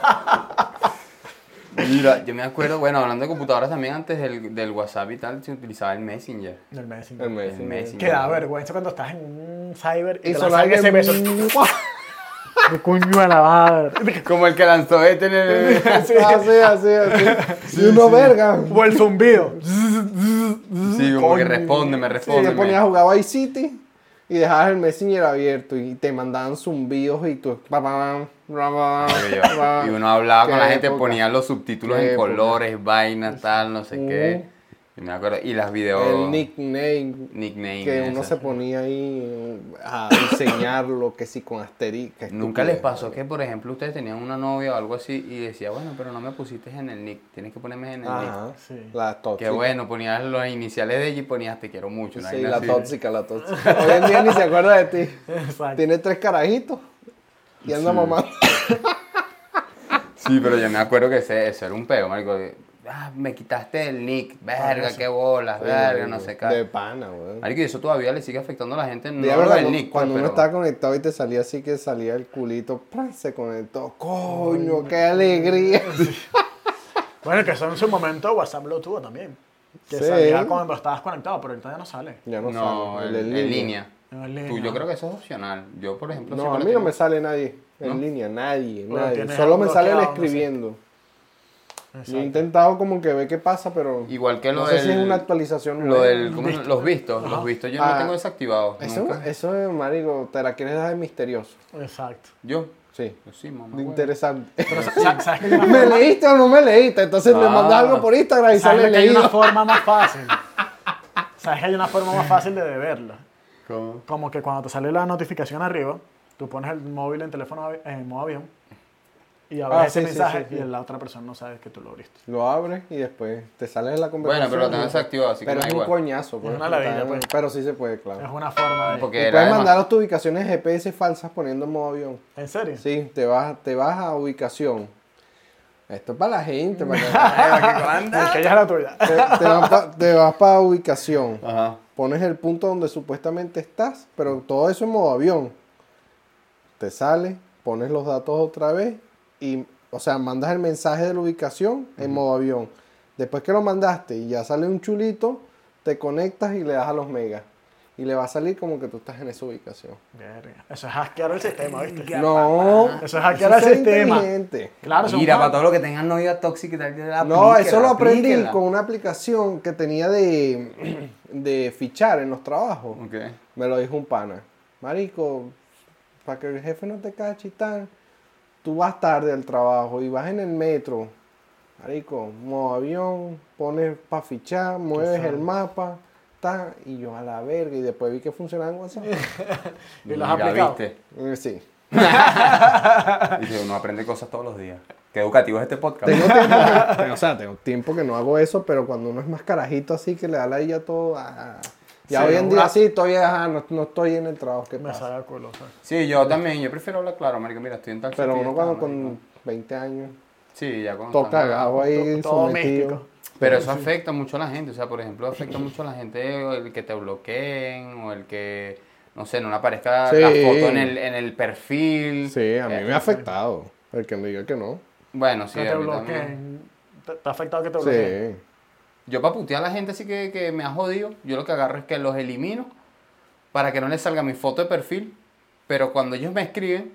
Speaker 1: Mira, yo me acuerdo, bueno, hablando de computadoras también, antes del, del WhatsApp y tal, se utilizaba el Messenger.
Speaker 3: Del Messenger.
Speaker 2: El Messenger.
Speaker 1: El Messenger.
Speaker 3: Que da vergüenza cuando estás en un cyber y,
Speaker 2: Y
Speaker 3: te
Speaker 2: solo
Speaker 3: lanzan ese
Speaker 2: alguien-
Speaker 3: beso.
Speaker 2: [LAUGHS]
Speaker 3: [LAUGHS] ¡Qué coño a la madre!
Speaker 1: Como el que lanzó este en
Speaker 3: [LAUGHS]
Speaker 1: el...
Speaker 2: Así, Ah, así, así. Y uno verga.
Speaker 3: O el
Speaker 2: [LAUGHS]
Speaker 3: zumbido.
Speaker 1: Sí, como que responde, me
Speaker 2: Sí, yo
Speaker 1: responde.
Speaker 2: ponía a jugar Vice City y dejabas el Messenger abierto y te mandaban zumbidos y tú. pa, pa, pa, pa, pa, [LAUGHS] pa.
Speaker 1: Ah, Y uno hablaba con
Speaker 2: Ah, Qué
Speaker 1: la gente,
Speaker 2: época.
Speaker 1: ponía los subtítulos
Speaker 2: Qué
Speaker 1: en
Speaker 2: época.
Speaker 1: colores, vainas, tal, no sé
Speaker 2: Ujú.
Speaker 1: qué. Yo me acuerdo. Y las videos...
Speaker 2: El nickname.
Speaker 1: Nickname.
Speaker 2: Que uno
Speaker 1: esas.
Speaker 2: se ponía ahí eh, a diseñarlo, que si con asterisco.
Speaker 1: Nunca les pasó que, por ejemplo, ustedes tenían una novia o algo así y decía, bueno, pero no me pusiste en el nick, tienes que ponerme en el
Speaker 2: Ajá,
Speaker 3: Sí.
Speaker 2: la
Speaker 1: nick. Qué
Speaker 2: tóxica.
Speaker 1: bueno, ponías los iniciales de ella y ponías te quiero mucho. una
Speaker 2: Sí,
Speaker 1: vaina
Speaker 2: la
Speaker 1: así.
Speaker 2: tóxica, la tóxica. Hoy en día ni se acuerda de ti.
Speaker 3: Exacto.
Speaker 2: Tiene tres carajitos y anda mamá.
Speaker 1: Sí, pero yo me acuerdo que ese, eso era un peo, marico. de, Ah, me quitaste el nick,
Speaker 2: Ah,
Speaker 1: verga, qué bolas, verga, no sé
Speaker 2: De
Speaker 1: qué.
Speaker 2: pana, weón.
Speaker 1: Marico, y eso todavía le sigue afectando a la gente, no
Speaker 2: Diga
Speaker 1: lo
Speaker 2: verdad,
Speaker 1: del
Speaker 2: cu-
Speaker 1: nick,
Speaker 2: cuando
Speaker 1: pues,
Speaker 2: uno
Speaker 1: pero...
Speaker 2: estaba conectado y te salía así que salía el culito, ¡pran! se conectó. Coño, qué
Speaker 1: [LAUGHS]
Speaker 2: alegría.
Speaker 3: Bueno, que eso en su momento WhatsApp lo tuvo también. Que
Speaker 2: Sí.
Speaker 3: salía cuando estabas conectado, pero ahorita ya no sale.
Speaker 2: Ya no,
Speaker 1: No,
Speaker 2: sale,
Speaker 1: el,
Speaker 2: el
Speaker 1: en línea.
Speaker 3: No, en
Speaker 1: Tú,
Speaker 3: línea.
Speaker 1: yo creo que eso es opcional. Yo, por ejemplo,
Speaker 2: No,
Speaker 1: siempre
Speaker 2: a
Speaker 1: lo
Speaker 2: mí no
Speaker 1: tengo.
Speaker 2: me sale nadie en
Speaker 1: ¿No?
Speaker 2: línea, nadie,
Speaker 3: Bueno,
Speaker 2: nadie.
Speaker 3: tienes
Speaker 2: Solo me sale el
Speaker 3: bloqueado, no sé.
Speaker 2: escribiendo. Yo he
Speaker 3: Exacto.
Speaker 2: intentado como que ver qué pasa, pero
Speaker 1: Igual que lo
Speaker 2: no sé
Speaker 1: del...
Speaker 2: si es una actualización.
Speaker 1: Lo
Speaker 2: nueva.
Speaker 1: del, ¿cómo se llama? los vistos, los vistos yo no
Speaker 2: Ah.
Speaker 1: tengo desactivados.
Speaker 2: Eso, Eh,
Speaker 1: nunca.
Speaker 2: eso es, marico, te la quieres dar de misterioso.
Speaker 3: Exacto.
Speaker 1: Yo,
Speaker 2: Sí.
Speaker 3: Ah,
Speaker 1: yo sí, mamá.
Speaker 2: De
Speaker 1: huevo.
Speaker 2: interesante. [LAUGHS]
Speaker 3: Pero sa- ¿sabes que
Speaker 2: ¿Me leíste o no me leíste? Entonces le
Speaker 1: Ah.
Speaker 2: mandas algo por Instagram y
Speaker 3: ¿Sabes
Speaker 2: sale
Speaker 3: que hay una
Speaker 2: leído.
Speaker 3: forma más
Speaker 2: [LAUGHS]
Speaker 3: fácil? ¿Sabes que hay una forma más fácil de verlo?
Speaker 1: ¿Cómo?
Speaker 3: Como que cuando te sale la notificación arriba, tú pones el móvil en teléfono avi- en modo avión y abres
Speaker 2: Ah, sí,
Speaker 3: ese
Speaker 2: sí,
Speaker 3: mensaje
Speaker 2: sí, sí.
Speaker 3: y la otra persona no sabe que tú lo abriste.
Speaker 2: Lo abres y después te sales de la
Speaker 1: Bueno,
Speaker 2: conversación.
Speaker 1: pero lo tengo
Speaker 2: y-
Speaker 1: desactivado, así que
Speaker 2: Pero
Speaker 1: no
Speaker 2: es
Speaker 1: es
Speaker 2: un
Speaker 1: igual.
Speaker 2: coñazo, pues.
Speaker 3: Es una ladilla, pues.
Speaker 2: Pero sí se puede,
Speaker 3: Es
Speaker 2: claro.
Speaker 3: una forma de...
Speaker 1: Porque
Speaker 2: Y
Speaker 1: era
Speaker 2: puedes
Speaker 1: además-
Speaker 2: mandar tus ubicaciones GPS falsas poniendo en modo avión.
Speaker 3: ¿En serio?
Speaker 2: Sí, te vas, te vas a ubicación. Esto es para la gente. para que-
Speaker 3: [LAUGHS]
Speaker 1: [LAUGHS]
Speaker 3: Es que ya es la tuya.
Speaker 2: te, te vas pa- te vas para ubicación.
Speaker 1: Ajá.
Speaker 2: Pones el punto donde supuestamente estás, pero todo eso en modo avión. Te sale, pones los datos otra vez y, o sea, mandas el mensaje de la ubicación en modo avión. Después que lo mandaste y ya sale un chulito, te conectas y le das a los megas. Y le va a salir como que tú estás en esa ubicación.
Speaker 3: Verga. Eso es hackear el sistema, ¿viste?
Speaker 2: No,
Speaker 3: Eso es hackear al
Speaker 2: ser
Speaker 3: sistema.
Speaker 2: inteligente.
Speaker 3: Claro, eso es
Speaker 1: Mira,
Speaker 3: un hack.
Speaker 1: para todos los que tengan novia tóxica y tal, que la
Speaker 2: No,
Speaker 1: aplíquela,
Speaker 2: eso lo aprendí
Speaker 1: aplíquela.
Speaker 2: con una aplicación que tenía de, [CLEARS THROAT] de fichar en los trabajos.
Speaker 1: Ok.
Speaker 2: Me lo dijo un pana. Marico, para que el jefe no te cache y tal, tú vas tarde al trabajo y vas en el metro. Marico, modo avión, pones para fichar, mueves el mapa, ta, y yo a la verga. Y después vi que funcionaba en
Speaker 3: [LAUGHS]
Speaker 2: WhatsApp.
Speaker 3: Y lo has
Speaker 1: Mira,
Speaker 3: aplicado.
Speaker 1: ¿viste?
Speaker 2: Eh, sí.
Speaker 1: Dice, uno aprende cosas todos los días. Qué educativo es este podcast.
Speaker 2: Tengo tiempo,
Speaker 3: [LAUGHS]
Speaker 2: que, o sea, tengo tiempo que no hago eso, pero cuando uno es más carajito así que le da la ella todo. ah, ya
Speaker 3: Sí,
Speaker 2: hoy en
Speaker 3: un
Speaker 2: día
Speaker 3: rato.
Speaker 2: sí, estoy, ajá, no, no estoy en el trabajo que
Speaker 3: Me
Speaker 2: pasa.
Speaker 3: sabe a culo, o sea.
Speaker 1: Sí, yo también. Yo prefiero hablar claro, marico. Mira, estoy en tal
Speaker 2: Pero
Speaker 1: sitio y
Speaker 2: uno
Speaker 1: ya
Speaker 2: cuando
Speaker 1: está,
Speaker 2: con
Speaker 1: marico.
Speaker 2: 20 años
Speaker 1: Sí, ya cuando
Speaker 2: toca
Speaker 1: estás-
Speaker 2: gajo ahí
Speaker 3: To- todo
Speaker 2: sometido.
Speaker 3: místico.
Speaker 1: Pero eso afecta mucho a la gente, o sea, por ejemplo, afecta mucho a la gente el que te bloqueen o el que, no sé, no le aparezca la
Speaker 2: Sí.
Speaker 1: foto en el, en el perfil.
Speaker 2: Sí, a mí
Speaker 1: Eh,
Speaker 2: me ha afectado. El que me diga que no.
Speaker 1: Bueno, sí,
Speaker 3: Que
Speaker 1: a
Speaker 3: te
Speaker 1: mí también.
Speaker 3: bloqueen. ¿Te, te ha afectado que te bloqueen?
Speaker 2: Sí.
Speaker 1: Yo para putear a la gente así que, que me ha jodido, yo lo que agarro es que los elimino para que no les salga mi foto de perfil, pero cuando ellos me escriben,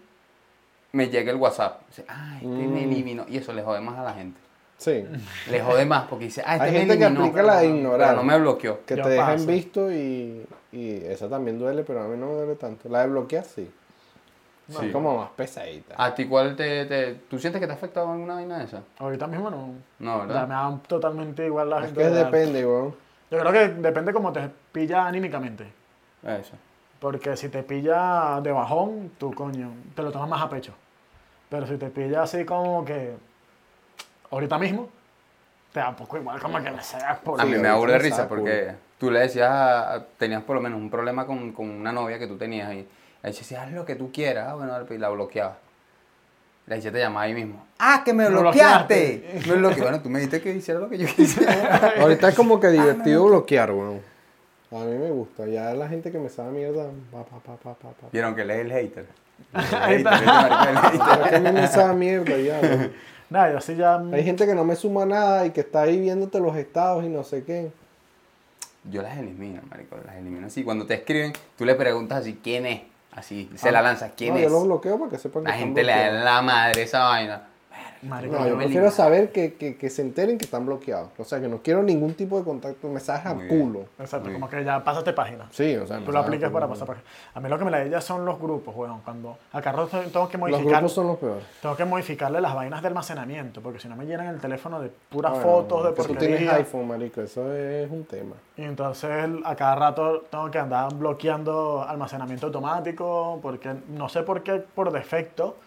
Speaker 1: me llega el WhatsApp. Dice, ah, este me
Speaker 2: Mm.
Speaker 1: eliminó. Y eso le jode más a la gente. [LAUGHS]
Speaker 2: Sí. [LAUGHS]
Speaker 1: Le jode más porque dice, ah, este
Speaker 2: Hay
Speaker 1: me
Speaker 2: gente que
Speaker 1: eliminó,
Speaker 2: aplica la de
Speaker 1: pero
Speaker 2: ignorar.
Speaker 1: no me bloqueó.
Speaker 2: Que
Speaker 3: Ya
Speaker 2: te dejen
Speaker 3: pasa.
Speaker 2: visto y, y esa también duele, pero a mí no me duele tanto. La de bloquear sí.
Speaker 1: Sí.
Speaker 2: Es como más pesadita.
Speaker 1: ¿A ti cuál te, te- ¿Tú sientes que te ha afectado alguna vaina de esa?
Speaker 3: Ahorita mismo no.
Speaker 1: No,
Speaker 3: Ya
Speaker 1: ¿verdad?
Speaker 3: me dan totalmente igual la
Speaker 2: es
Speaker 3: gente.
Speaker 2: que
Speaker 3: de edad.
Speaker 2: depende,
Speaker 1: [LAUGHS]
Speaker 2: weón.
Speaker 3: Yo creo que depende cómo te pilla anímicamente.
Speaker 1: Eso.
Speaker 3: Porque si te pilla de bajón, tú coño, te lo tomas más a pecho. Pero si te pilla así como que ahorita mismo, te da un poco igual como que me seas por...
Speaker 1: A mí
Speaker 2: Sí,
Speaker 1: me da
Speaker 2: ahorita
Speaker 1: burda de
Speaker 2: me
Speaker 1: risa
Speaker 2: saca
Speaker 1: porque tú le decías, a- a- tenías por lo menos un problema con, con una novia que tú tenías y le decías, haz lo que tú quieras, ah, bueno, y la bloqueaba. Le decía, te llamaba ahí mismo. ¡Ah, que me
Speaker 3: Me
Speaker 1: bloqueaste! Me bloqueó. Bueno, tú me dijiste que hiciera lo que yo
Speaker 2: [LAUGHS]
Speaker 1: quisiera.
Speaker 2: Ahorita es
Speaker 1: Ah,
Speaker 2: como que divertido bloquear, weón. A mí me gusta. Ya la gente que me sabe mierda, pa, pa, pa, pa, pa, pa.
Speaker 1: Vieron que él es el hater.
Speaker 3: Ahí está.
Speaker 1: Este marica es el hater.
Speaker 2: Pero es que a mí
Speaker 1: [LAUGHS]
Speaker 2: me sabe mierda ya, weón.
Speaker 3: Nada, yo así ya...
Speaker 2: Hay gente que no me suma nada y que está ahí viéndote los estados y no sé qué.
Speaker 1: Yo las elimino, marico, las elimino así. Cuando te escriben, tú le preguntas así, ¿quién es? Así, se la lanzas, ¿quién
Speaker 2: Ah, No, Yo
Speaker 1: es?
Speaker 2: los bloqueo para que sepan que
Speaker 1: La
Speaker 2: están
Speaker 1: gente le da
Speaker 2: bloqueados.
Speaker 1: en la madre esa vaina.
Speaker 3: Marico,
Speaker 2: No,
Speaker 1: Yo
Speaker 2: yo
Speaker 1: me
Speaker 2: prefiero
Speaker 1: elimino.
Speaker 2: saber que, que, que se enteren que están bloqueados. O sea, que no quiero ningún tipo de contacto, mensajes
Speaker 1: Muy
Speaker 2: a
Speaker 1: bien.
Speaker 2: culo.
Speaker 3: Exacto,
Speaker 1: Muy
Speaker 3: como que ya pasaste página.
Speaker 2: Sí, o sea,
Speaker 3: Tú
Speaker 2: mensajes
Speaker 3: lo
Speaker 2: a
Speaker 3: aplicas
Speaker 2: culo.
Speaker 3: para pasar página. A mí lo que me la ella son los grupos, weón. Cuando acá tengo que
Speaker 2: Los
Speaker 3: modificar...
Speaker 2: grupos son los peores.
Speaker 3: Tengo que modificarle las vainas de almacenamiento, porque si no me llenan el teléfono de puras
Speaker 2: Ah, Bueno,
Speaker 3: fotos, de
Speaker 2: que Tú tienes
Speaker 3: porquería.
Speaker 2: iPhone, marico, eso es un tema.
Speaker 3: Y entonces a cada rato tengo que andar bloqueando almacenamiento automático, porque no sé por qué por defecto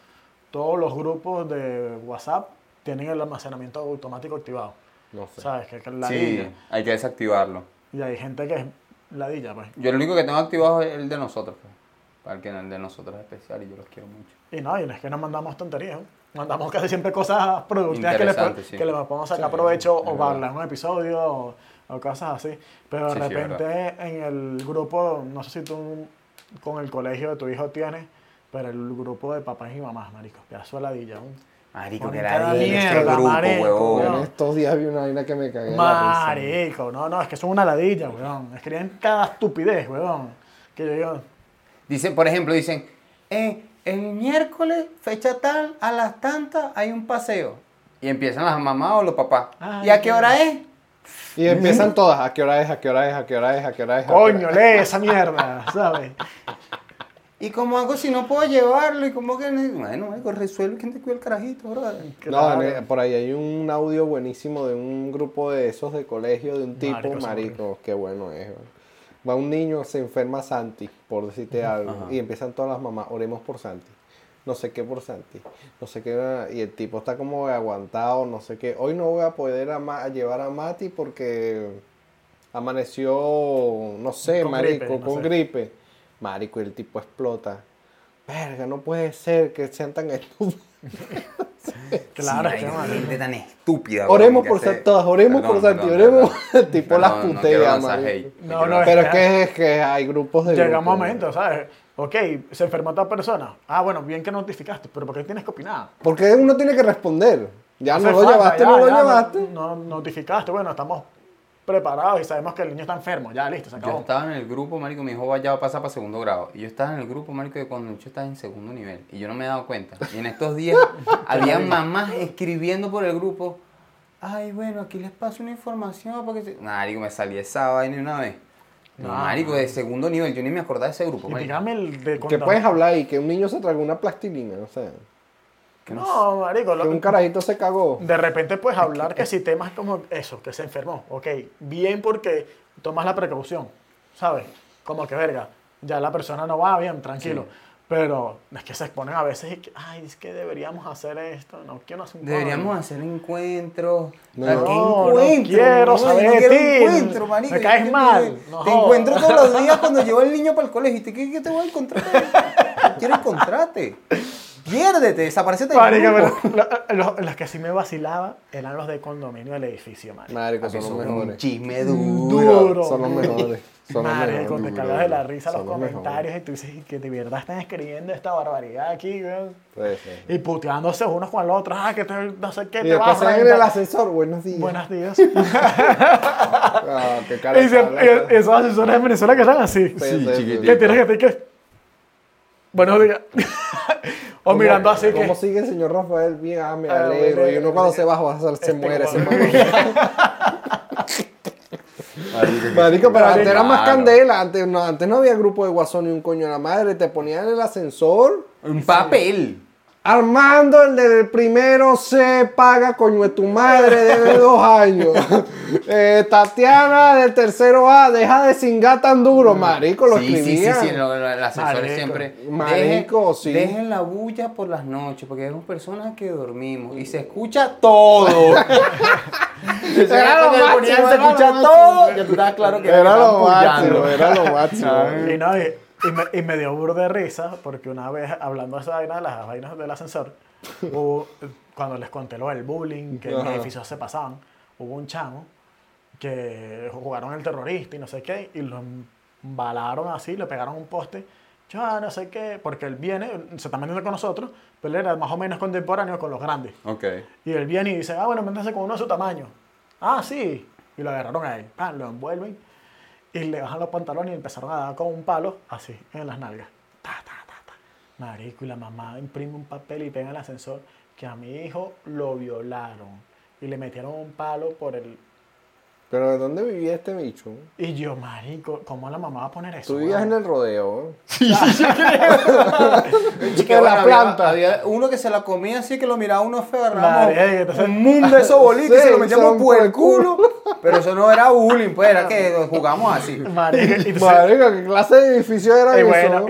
Speaker 3: todos los grupos de WhatsApp tienen el almacenamiento automático activado.
Speaker 2: No sé.
Speaker 3: ¿Sabes? Que es la
Speaker 1: Sí, hay que desactivarlo.
Speaker 3: Y hay gente que es ladilla, pues.
Speaker 1: Yo lo único que tengo activado es el de nosotros, pues. Para que el de nosotros es especial y yo los quiero mucho.
Speaker 3: Y no, y no es que nos mandamos tonterías. ¿eh? Mandamos casi siempre cosas productivas que le, po-
Speaker 1: Interesantes, sí.
Speaker 3: que le podemos sacar
Speaker 2: Sí,
Speaker 3: provecho
Speaker 1: es
Speaker 3: o
Speaker 1: verdad.
Speaker 3: para hablar en un episodio o, o cosas así. Pero de
Speaker 1: Sí, sí, es
Speaker 3: repente en el grupo, no sé si tú con el colegio de tu hijo tienes, pero el grupo de papás y mamás, marico, que sueladilla. un-
Speaker 1: Marico,
Speaker 3: Con
Speaker 1: que la
Speaker 3: cada
Speaker 1: mierda, ese
Speaker 3: mierda,
Speaker 1: grupo,
Speaker 3: marico,
Speaker 2: Yo en
Speaker 1: huevón.
Speaker 3: weón.
Speaker 2: estos días vi una vaina que me cagué. en La risa.
Speaker 3: Marico, no, no, es que son una ladilla, weón. Escriben cada estupidez, weón. Que yo digo,
Speaker 1: Dicen, por ejemplo, dicen, eh, el miércoles, fecha tal, a las tantas, hay un paseo. Y empiezan las mamás o los papás.
Speaker 3: Ay,
Speaker 1: ¿Y a
Speaker 3: qué
Speaker 1: qué hora es?
Speaker 2: Y empiezan todas, ¿a qué hora es? ¿A qué hora es? ¿A qué hora es? ¿A qué hora es? ¿A qué hora
Speaker 3: coño, lee esa mierda, ¿sabes?
Speaker 1: ¿Y cómo hago si no puedo llevarlo? ¿Y cómo que no? Bueno, marico, resuelve quién te cuida el carajito, brother.
Speaker 2: No, en el- por ahí hay un audio buenísimo de un grupo de esos de colegio, de un tipo,
Speaker 3: Marico,
Speaker 2: marico,
Speaker 3: son
Speaker 2: qué bueno es. weón. Va un niño, se enferma Santi, por decirte algo, y empiezan todas las mamás, oremos por Santi. no sé qué por Santi, no sé qué, y el tipo está como aguantado, no sé qué. Hoy no voy a poder a Ma- a llevar a Mati porque amaneció, no sé,
Speaker 3: Con gripe,
Speaker 2: marico,
Speaker 3: no
Speaker 2: con
Speaker 3: sé.
Speaker 2: gripe. Marico, y el tipo explota. Verga, no puede ser que sean tan estúpidos.
Speaker 3: Claro,
Speaker 1: Sí,
Speaker 3: qué
Speaker 1: hay
Speaker 3: mal.
Speaker 1: gente tan estúpida. weón,
Speaker 2: Oremos
Speaker 1: que
Speaker 2: por
Speaker 1: hace-
Speaker 2: Santi, todas, oremos
Speaker 1: Perdón,
Speaker 2: por Santi,
Speaker 1: perdón,
Speaker 2: oremos.
Speaker 1: perdón.
Speaker 2: El [LAUGHS] tipo las
Speaker 1: Perdón, no
Speaker 2: putea,
Speaker 1: quiero lanzar
Speaker 2: marico.
Speaker 1: hate,
Speaker 3: No,
Speaker 1: quiero
Speaker 3: no,
Speaker 1: lanzar-
Speaker 2: Pero es que es que hay grupos de.
Speaker 3: Llega un
Speaker 2: grupos.
Speaker 3: momento, ¿sabes? Ok, se enfermó tal persona. Ah, bueno, bien que notificaste, pero ¿por qué tienes que opinar?
Speaker 2: Porque uno tiene que responder. Ya no
Speaker 3: hace
Speaker 2: lo
Speaker 3: falta,
Speaker 2: llevaste,
Speaker 3: ya,
Speaker 2: no lo
Speaker 3: ya,
Speaker 2: llevaste.
Speaker 3: No, no notificaste, bueno, estamos preparados y sabemos que el niño está enfermo, ya listo, se
Speaker 1: Yo
Speaker 3: acabó.
Speaker 1: estaba en el grupo, marico, mi hijo va- ya va a pasar para segundo grado. Y yo estaba en el grupo, marico, de cuando yo estaba en segundo nivel. Y yo no me he dado cuenta. Y en estos
Speaker 3: [LAUGHS]
Speaker 1: días había mamás escribiendo por el grupo. Ay, bueno, aquí les paso una información porque... Se... Marico, me salí esa vaina una vez. No,
Speaker 3: No.
Speaker 1: marico, de segundo nivel. Yo ni me acordaba de ese grupo,
Speaker 3: Y
Speaker 1: marico.
Speaker 3: dígame el de
Speaker 2: Que
Speaker 3: cuando-
Speaker 2: puedes hablar y que un niño se tragó una plastilina, o sea.
Speaker 1: Que no
Speaker 3: No, marico,
Speaker 2: Que
Speaker 3: lo-
Speaker 2: un carajito se cagó.
Speaker 3: de repente puedes hablar que si temas como eso, que se enfermó, ok, bien porque tomas la precaución, ¿sabes? Como que verga, ya la persona no va bien, tranquilo. Pero es que se exponen a veces y que, ay, es que deberíamos hacer esto, no quiero hacer un
Speaker 1: Deberíamos
Speaker 3: coño".
Speaker 1: hacer encuentros.
Speaker 2: No,
Speaker 1: Ah, ¿qué
Speaker 3: no
Speaker 1: encuentro,
Speaker 3: quiero
Speaker 1: no,
Speaker 3: saber
Speaker 1: yo
Speaker 3: de
Speaker 1: quiero
Speaker 3: ti.
Speaker 1: encuentro, marico,
Speaker 3: Me
Speaker 1: yo
Speaker 3: caes
Speaker 1: quiero-
Speaker 3: mal. No
Speaker 1: te
Speaker 3: jodas.
Speaker 1: encuentro todos los
Speaker 3: [LAUGHS]
Speaker 1: días cuando llevo al niño para el colegio. ¿Y te, qué, qué te voy a encontrar? Quiero encontrarte. Piérdete, desaparecete del
Speaker 3: Marico,
Speaker 1: grupo.
Speaker 3: pero lo- lo- los, que sí me vacilaba eran los de condominio del edificio, marico.
Speaker 2: Marico,
Speaker 1: Papi,
Speaker 2: son los
Speaker 1: son un
Speaker 2: mejores.
Speaker 1: chisme
Speaker 3: Duro.
Speaker 1: duro.
Speaker 2: Son los mejores. Son los
Speaker 3: Marico,
Speaker 2: mejores.
Speaker 3: te cagas de la risa los
Speaker 2: Son mejores.
Speaker 3: comentarios y tú dices "Y que de verdad están escribiendo esta barbaridad aquí, weón.
Speaker 2: Puede ser.
Speaker 3: Y puteándose unos con los otros, ah, que te, no sé qué,
Speaker 2: Y
Speaker 3: te
Speaker 2: después
Speaker 3: vas a
Speaker 2: salen en el
Speaker 3: reventar".
Speaker 2: ascensor, buenos días.
Speaker 3: Buenos días. y
Speaker 2: Ah, qué cara.
Speaker 3: se- y- esos asesores en Venezuela que están así.
Speaker 2: Pues,
Speaker 1: Sí, chiquitito.
Speaker 3: Que tienes que decir que. Buenos días. [LAUGHS] o Oh, mirando así
Speaker 2: ¿Cómo
Speaker 3: que.
Speaker 2: sigue el señor Rafael? Bien, ah, me
Speaker 3: Ah,
Speaker 2: alegro.
Speaker 3: bueno,
Speaker 2: Y uno cuando se baja se, se
Speaker 3: este
Speaker 2: muere. Se
Speaker 3: guapo.
Speaker 1: [LAUGHS]
Speaker 2: muere. Marico, pero antes era más candela. Antes no, antes no había grupo de guasón ni un coño a la madre. Te ponían en el ascensor.
Speaker 1: Un papel.
Speaker 2: Armando, el del primero se paga, coño, de tu madre, debe dos
Speaker 1: [LAUGHS]
Speaker 2: años. Eh, Tatiana, del tercero A, deja de cingar tan duro, marico, Pues lo
Speaker 1: sí, sí, sí,
Speaker 2: escribían.
Speaker 1: sí, lo- lo- el ascensor
Speaker 3: Marico.
Speaker 1: siempre.
Speaker 2: Marico,
Speaker 1: dejen,
Speaker 2: sí.
Speaker 1: Dejen la bulla por las noches, porque somos personas que dormimos y se escucha
Speaker 2: [LAUGHS]
Speaker 1: todo.
Speaker 2: Era lo
Speaker 1: Que le
Speaker 2: máximo,
Speaker 1: ponían, se
Speaker 2: era lo
Speaker 1: escucha
Speaker 2: máximo.
Speaker 1: todo. Ya tú estabas claro que
Speaker 2: Era lo
Speaker 1: estaban
Speaker 2: máximo,
Speaker 1: bullando.
Speaker 2: era lo
Speaker 1: [LAUGHS]
Speaker 2: máximo.
Speaker 3: Y, no, y, y me, y me dio burda de risa porque una vez hablando de esa vaina, de las vainas del ascensor, hubo- cuando les conté lo del bullying, que en
Speaker 2: Ajá.
Speaker 3: los edificios se pasaban, hubo un chamo que jugaron el terrorista y no sé qué, y lo embalaron así, le pegaron un poste. Yo ah, no sé qué, porque él viene, se está metiendo con nosotros, pero él era más o menos contemporáneo con los grandes.
Speaker 1: Ok.
Speaker 3: Y él viene y dice, ah, bueno, métanse con uno de su tamaño. Ah, sí. Y lo agarraron a él. Ah, lo envuelven. Y le bajan los pantalones y empezaron a dar con un palo, así, en las nalgas. Ta, ta, ta, ta. Marico, y la mamá imprime un papel y pega en el ascensor que a mi hijo lo violaron. Y le metieron un palo por el...
Speaker 2: Pero ¿de dónde vivía este bicho?
Speaker 3: Y yo, marico, ¿cómo la mamá va a poner eso?
Speaker 2: Tú vivías en
Speaker 3: weón?
Speaker 2: el rodeo.
Speaker 1: Que
Speaker 2: En la
Speaker 1: bueno, había-
Speaker 2: planta.
Speaker 1: Había, uno que se la comía así que lo miraba uno feo, agarramos
Speaker 3: Marica, entonces-
Speaker 1: un mundo de esos bolitos y se lo
Speaker 2: [LAUGHS] Sí,
Speaker 1: metíamos
Speaker 2: son
Speaker 1: por
Speaker 2: por
Speaker 1: el
Speaker 2: el culo.
Speaker 1: culo. Pero eso no era bullying, pues era que
Speaker 2: [LAUGHS]
Speaker 1: jugamos así.
Speaker 3: Marico, y entonces-
Speaker 2: Marico, ¿qué clase de edificio era
Speaker 3: y
Speaker 2: eso?
Speaker 3: pues, Eh, bueno,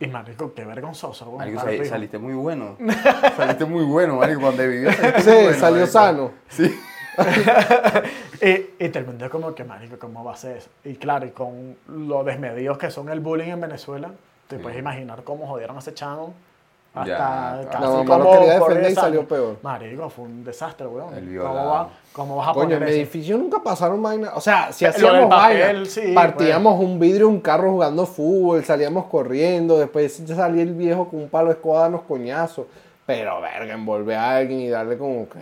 Speaker 3: y, y marico, qué vergonzoso. weón,
Speaker 1: Marico,
Speaker 3: para tu
Speaker 1: sal-
Speaker 3: hijo.
Speaker 1: saliste muy bueno. Saliste muy bueno, Marico, cuando vivías.
Speaker 3: [LAUGHS]
Speaker 2: Sí, salió sano.
Speaker 1: Sí.
Speaker 3: Y, y terminé como que, marico, ¿cómo va a ser eso? Y claro, y con lo desmedidos que son el bullying en Venezuela, te puedes imaginar cómo jodieron a ese chamo. Hasta
Speaker 1: Ya, claro.
Speaker 3: casi
Speaker 2: La mamá lo
Speaker 3: como
Speaker 2: quería
Speaker 3: por
Speaker 2: defender y
Speaker 3: 10 años.
Speaker 2: salió peor.
Speaker 3: Marico, fue un desastre, weón.
Speaker 1: El
Speaker 3: ¿Cómo,
Speaker 1: violado.
Speaker 3: va- cómo vas a
Speaker 2: Coño, en
Speaker 3: poner
Speaker 2: mi
Speaker 3: Ah, eso?
Speaker 2: edificio nunca pasaron vaina. O sea, si
Speaker 3: Lo del
Speaker 2: hacíamos
Speaker 3: papel,
Speaker 2: vaina,
Speaker 3: sí, pues.
Speaker 2: partíamos un vidrio, un carro jugando fútbol, salíamos corriendo, después ya salía el viejo con un palo de escoba a darnos coñazos. Pero verga, envolver a alguien y darle como que.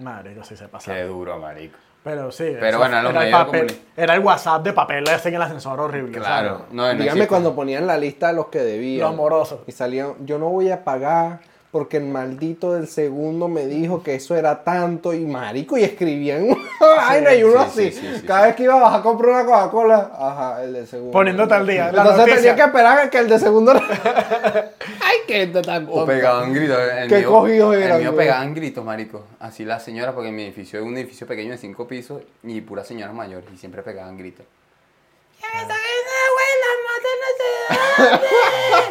Speaker 3: Marico, sí se pasa.
Speaker 1: Qué duro, Marico.
Speaker 3: Pero sí,
Speaker 1: Pero bueno, los
Speaker 3: era,
Speaker 1: medios
Speaker 3: el
Speaker 1: de
Speaker 3: papel,
Speaker 1: comunicación.
Speaker 3: era el WhatsApp de papel, le hacen el ascensor horrible.
Speaker 1: Claro.
Speaker 3: ¿sabes?
Speaker 1: No, no
Speaker 2: Dígame
Speaker 1: existe.
Speaker 2: cuando ponían la lista de los que debían.
Speaker 3: Lo amoroso.
Speaker 2: Y salían, yo no voy a pagar porque el maldito del segundo me dijo que eso era tanto y marico y escribían una vaina y uno
Speaker 1: sí,
Speaker 2: así.
Speaker 1: sí, sí, sí,
Speaker 2: Cada vez que iba a bajar a comprar una Coca-Cola, ajá, el del segundo.
Speaker 3: Poniéndote al día, la
Speaker 2: Entonces
Speaker 3: noticia.
Speaker 2: tenía que esperar a que el de
Speaker 1: [LAUGHS]
Speaker 2: segundo. [LAUGHS] Ay, qué gente tan
Speaker 1: O
Speaker 2: tonta.
Speaker 1: "Oh, pegaban gritos. El
Speaker 2: Qué
Speaker 1: mío,
Speaker 2: cogidos
Speaker 1: el
Speaker 2: eran,
Speaker 1: mío
Speaker 2: güey.
Speaker 1: pegaban gritos, marico. Así las señoras, porque en mi edificio es un edificio pequeño de cinco pisos y puras señoras mayores y siempre pegaban gritos.
Speaker 2: [LAUGHS]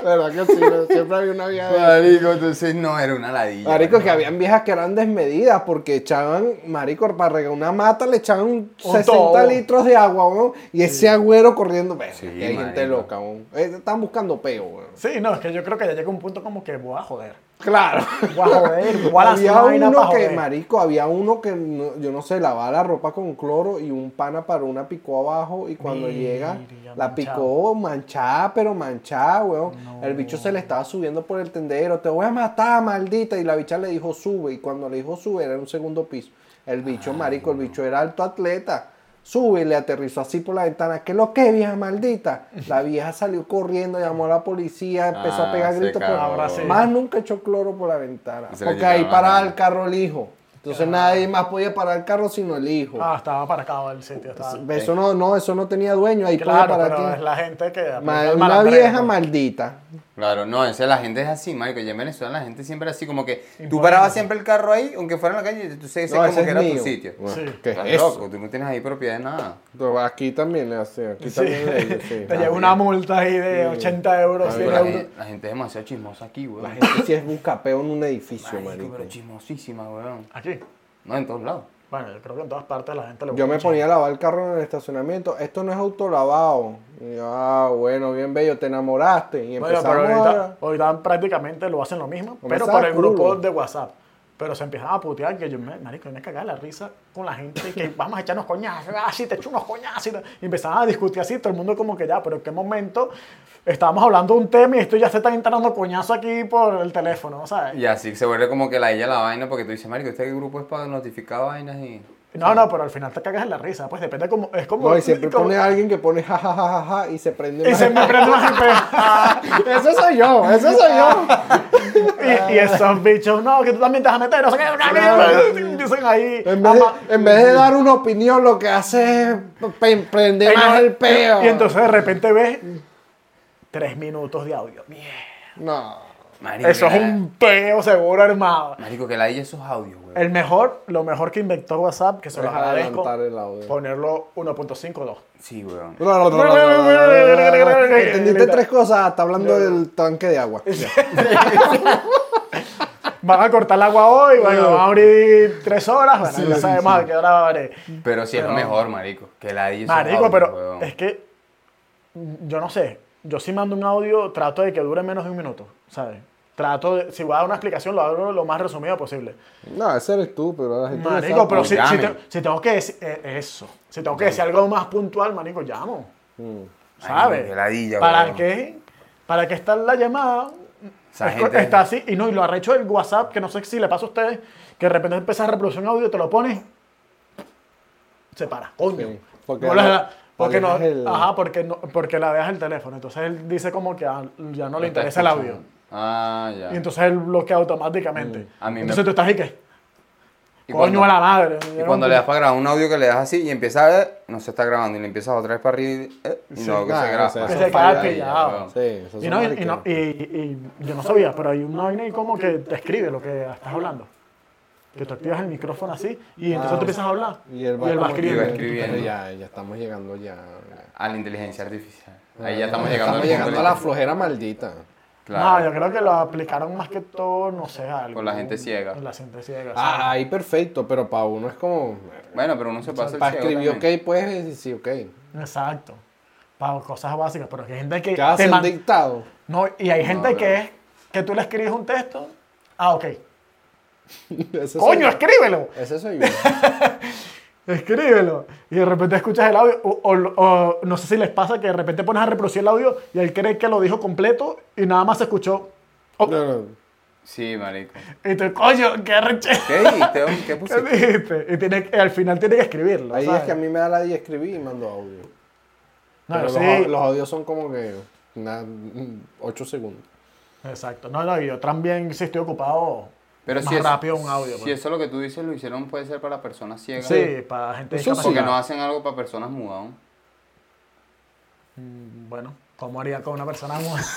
Speaker 2: ¿Verdad que sí? Siempre había una vieja de...
Speaker 1: Marico, entonces no, era una ladilla.
Speaker 2: Marico, que
Speaker 1: ¿no?
Speaker 2: habían viejas que eran desmedidas porque echaban, marico, para regar una mata le echaban 60
Speaker 3: todo.
Speaker 2: litros de agua, weón, y ese agüero corriendo. Verga,
Speaker 1: Sí,
Speaker 2: que hay gente
Speaker 1: marico.
Speaker 2: loca, weón. Eh, Están buscando peo, weón.
Speaker 3: Sí, no, es que yo creo que ya llega un punto como que voy a joder.
Speaker 2: Claro.
Speaker 3: Voy a joder, voy a
Speaker 2: [LAUGHS]
Speaker 3: lanzar
Speaker 2: había
Speaker 3: una vaina para
Speaker 2: uno que,
Speaker 3: joder.
Speaker 2: marico, había uno que, no- yo no sé, lavaba la ropa con cloro y un pana para una picó abajo y cuando
Speaker 3: Mira,
Speaker 2: llega la
Speaker 3: manchado.
Speaker 2: picó manchada, pero manchada, weón.
Speaker 3: No.
Speaker 2: El bicho se le estaba subiendo por el tendero, te voy a matar, maldita. Y la bicha le dijo sube y cuando le dijo sube era en un segundo piso. El
Speaker 3: Ah,
Speaker 2: bicho, marico, el bicho era alto atleta. Sube y le aterrizó así por la ventana. ¿Qué es lo que, vieja maldita? La vieja salió corriendo, llamó a la policía, empezó a
Speaker 1: Ah,
Speaker 2: pegar
Speaker 1: se
Speaker 2: gritos. por-
Speaker 1: cagó.
Speaker 3: Ahora sí.
Speaker 2: Más nunca echó cloro por la ventana.
Speaker 1: Y se le
Speaker 2: Porque ahí
Speaker 1: llenaba la
Speaker 2: paraba
Speaker 1: mano.
Speaker 2: el carro el hijo. Entonces nadie más podía parar el carro sino el hijo.
Speaker 3: Ah, estaba parcado el sitio. Estaba...
Speaker 2: Eso no, no, eso no tenía dueño. Ahí
Speaker 3: Claro,
Speaker 2: podía
Speaker 3: pero
Speaker 2: parar
Speaker 3: es
Speaker 2: ti.
Speaker 3: la gente que...
Speaker 2: Ma-
Speaker 3: aplica el
Speaker 2: Una
Speaker 3: malandreo,
Speaker 2: vieja
Speaker 3: pues.
Speaker 2: maldita.
Speaker 1: Claro, no, esa la gente es así, marico. Ya en Venezuela la gente siempre es así, como que tú
Speaker 3: Imponente.
Speaker 1: parabas siempre el carro ahí, aunque fuera en la calle, tú sabes
Speaker 2: No,
Speaker 1: como
Speaker 2: ese
Speaker 1: que
Speaker 2: es
Speaker 1: era
Speaker 2: mío.
Speaker 1: tu sitio.
Speaker 2: Bueno,
Speaker 3: Sí.
Speaker 2: ¿qué es
Speaker 1: Estás
Speaker 2: eso?
Speaker 1: loco, tú no tienes ahí propiedad de nada.
Speaker 2: No, Aquí también le hace, aquí
Speaker 3: Sí.
Speaker 2: también le hace, sí.
Speaker 3: [LAUGHS] Te llega una multa ahí de 80 euros,
Speaker 1: Marico,
Speaker 3: 100
Speaker 1: la,
Speaker 3: euros.
Speaker 1: gente, la gente es demasiado chismosa aquí, weón.
Speaker 2: La gente sí es buscapeo en un edificio,
Speaker 1: Marico,
Speaker 2: marico.
Speaker 1: pero chismosísima, weón.
Speaker 3: Aquí.
Speaker 1: No, en todos lados.
Speaker 3: Bueno, yo creo que en todas partes la gente le
Speaker 2: Yo me
Speaker 3: mucho.
Speaker 2: ponía a lavar el carro en el estacionamiento. Esto no es autolavado. Y yo, ah, bueno, bien bello, te enamoraste. Y
Speaker 3: Bueno,
Speaker 2: empezamos
Speaker 3: pero
Speaker 2: a...
Speaker 3: ahorita, ahorita prácticamente lo hacen lo mismo, pero por el
Speaker 2: sacudo.
Speaker 3: grupo de WhatsApp. Pero se empiezan a putear que yo, me- marico, me cagaba la risa con la gente
Speaker 2: [LAUGHS]
Speaker 3: que vamos a echarnos coñazos, ah, sí, te echo unos coñazos. y tal. Y empezaban a discutir así, todo el mundo como que ya, pero en qué momento estábamos hablando de un tema y esto ya se están entrando coñazos aquí por el teléfono, ¿sabes?
Speaker 1: Y así se vuelve como que la ella la vaina, porque tú dices, marico, este grupo es para notificar vainas y...
Speaker 3: No, no, pero al final te cagas en la risa, pues depende como, es como...
Speaker 2: No, y siempre
Speaker 3: como-
Speaker 2: pone a alguien que pone jajajaja y se prende
Speaker 3: y
Speaker 2: más.
Speaker 3: se me prende una jipea.
Speaker 2: [LAUGHS] Eso soy yo, eso soy yo.
Speaker 3: y, y esos bichos, no, que tú también te vas a meter, no sé qué, dicen ahí.
Speaker 2: En vez,
Speaker 3: ama-
Speaker 2: de, en vez de dar una opinión, lo que hace es pe- prender más el peo.
Speaker 3: Y entonces de repente ves tres minutos de audio. Mierda.
Speaker 2: No.
Speaker 1: Marico,
Speaker 3: Eso
Speaker 1: que
Speaker 3: es
Speaker 1: la-
Speaker 3: un peo seguro armado.
Speaker 1: Marico, que la ella esos audios, weón.
Speaker 3: El mejor, lo mejor que inventó WhatsApp, que se los
Speaker 2: Deja
Speaker 3: agradezco,
Speaker 2: adelantar el audio.
Speaker 3: ponerlo 1.52.
Speaker 1: Sí, weón.
Speaker 2: Entendiste tres cosas, está hablando del tanque de agua.
Speaker 3: Van a cortar el agua hoy, bueno, van a abrir tres horas, bueno, ya
Speaker 2: sí,
Speaker 3: sabemos a qué hora abre.
Speaker 1: Pero sí es lo mejor, marico. Que la ella esos
Speaker 3: Marico,
Speaker 1: audios,
Speaker 3: pero
Speaker 1: weón.
Speaker 3: es que mm, yo no sé. Yo si mando un audio, trato de que dure menos de un minuto, ¿sabes? Trato de, si voy a dar una explicación, lo hago lo más resumido posible.
Speaker 2: No, ese eres tú, pero la gente.
Speaker 3: Marico, pero
Speaker 1: o
Speaker 3: si, si,
Speaker 1: llamen.
Speaker 3: te- si tengo que decir eh, eso, si tengo que decir algo más puntual, marico, llamo. ¿Sabes?
Speaker 1: qué ladilla,
Speaker 3: ¿Para
Speaker 1: weón.
Speaker 3: qué? ¿Para qué está la llamada?
Speaker 1: Esa
Speaker 3: Es co-
Speaker 1: gente-
Speaker 3: Está así, y no, y lo arrecho del WhatsApp, que no sé si le pasa a ustedes, que de repente empieza a reproducir un audio, te lo pones, se para, coño.
Speaker 2: Sí, porque
Speaker 3: No le-
Speaker 2: no-
Speaker 3: porque no,
Speaker 2: alejas el-
Speaker 3: ajá, porque no, porque la dejas el teléfono. Entonces él dice como que ah, ya no le
Speaker 1: está
Speaker 3: interesa el
Speaker 1: escuchando.
Speaker 3: audio.
Speaker 1: Ah, ya.
Speaker 3: Y entonces él bloquea automáticamente.
Speaker 1: A mí me-
Speaker 3: entonces tú estás ahí que,
Speaker 1: Y
Speaker 3: coño
Speaker 1: cuando-
Speaker 3: a la madre.
Speaker 1: Y cuando le das para grabar un audio que le das así y empieza, eh, no se está grabando, y le empiezas otra vez para arriba, eh, y no, que
Speaker 2: Ah,
Speaker 1: se graba.
Speaker 2: o sea,
Speaker 3: Que
Speaker 2: eso
Speaker 3: se
Speaker 2: es
Speaker 3: queda
Speaker 2: mala
Speaker 3: pillado.
Speaker 1: weón.
Speaker 2: Sí, eso
Speaker 3: Y, no, y, y no- y- y yo no sabía, pero hay una vaina ahí como que te escribe lo que estás hablando. Que tú activas el micrófono así y entonces tú empiezas a hablar.
Speaker 2: Y él
Speaker 3: y él va
Speaker 2: como que-
Speaker 1: iba
Speaker 3: escribiendo.
Speaker 1: escribiendo.
Speaker 2: Pero Ya, ya estamos llegando ya. ya.
Speaker 1: A la inteligencia artificial.
Speaker 3: Ah,
Speaker 1: Ahí ya estamos llegando,
Speaker 2: Estamos
Speaker 1: al punto
Speaker 2: llegando a la flojera maldita.
Speaker 1: Claro.
Speaker 3: No, Ah, yo creo que lo aplicaron más que todo, no sé, algo.
Speaker 1: Con la gente ciega.
Speaker 3: Con la gente ciega.
Speaker 2: Ah, ahí perfecto, pero para uno es como.
Speaker 1: Bueno, pero uno se pasa el
Speaker 2: Para
Speaker 1: ciego
Speaker 2: escribir
Speaker 1: también.
Speaker 2: ok, pues sí, ok.
Speaker 3: sí. Exacto. Para cosas básicas, pero que hay gente que...
Speaker 2: ¿Qué
Speaker 3: te
Speaker 2: hace el
Speaker 3: man-
Speaker 2: dictado? [LAUGHS]
Speaker 3: No, y hay gente
Speaker 1: pero-
Speaker 3: que es que tú le escribes un texto. Ah, ok.
Speaker 2: Ese soy
Speaker 3: Coño,
Speaker 2: yo.
Speaker 3: escríbelo.
Speaker 2: Ese soy yo.
Speaker 3: [LAUGHS] Escríbelo. Y de repente escuchas el audio, o, o- o no sé si les pasa que de repente pones a reproducir el audio y él cree que lo dijo completo y nada más se escuchó. Oh,
Speaker 2: No, no.
Speaker 1: Sí, marico.
Speaker 3: Y tú, coño, qué reche.
Speaker 1: ¿Qué dijiste? hombre? ¿Qué
Speaker 3: [LAUGHS] ¿Qué
Speaker 1: pusiste?
Speaker 3: dijiste? Y tiene, al final tiene que escribirlo.
Speaker 2: Ahí
Speaker 3: ¿sabes?
Speaker 2: es que a mí me da la 10 escribir y mando audio.
Speaker 3: No,
Speaker 2: Pero
Speaker 3: sí.
Speaker 2: los, au- los audios son como que 8 segundos.
Speaker 3: Exacto. No, no, y yo también si estoy ocupado.
Speaker 1: Pero
Speaker 3: más
Speaker 1: si es-
Speaker 3: rápido un audio.
Speaker 1: Si
Speaker 3: pues.
Speaker 1: eso lo que tú dices lo hicieron puede ser para personas ciegas.
Speaker 3: sí, para gente
Speaker 2: Eso sí.
Speaker 1: Porque
Speaker 3: discapacitada.
Speaker 1: no hacen algo para personas mudas. ¿no?
Speaker 3: Mm, Bueno, ¿cómo haría con una persona muda? [LAUGHS]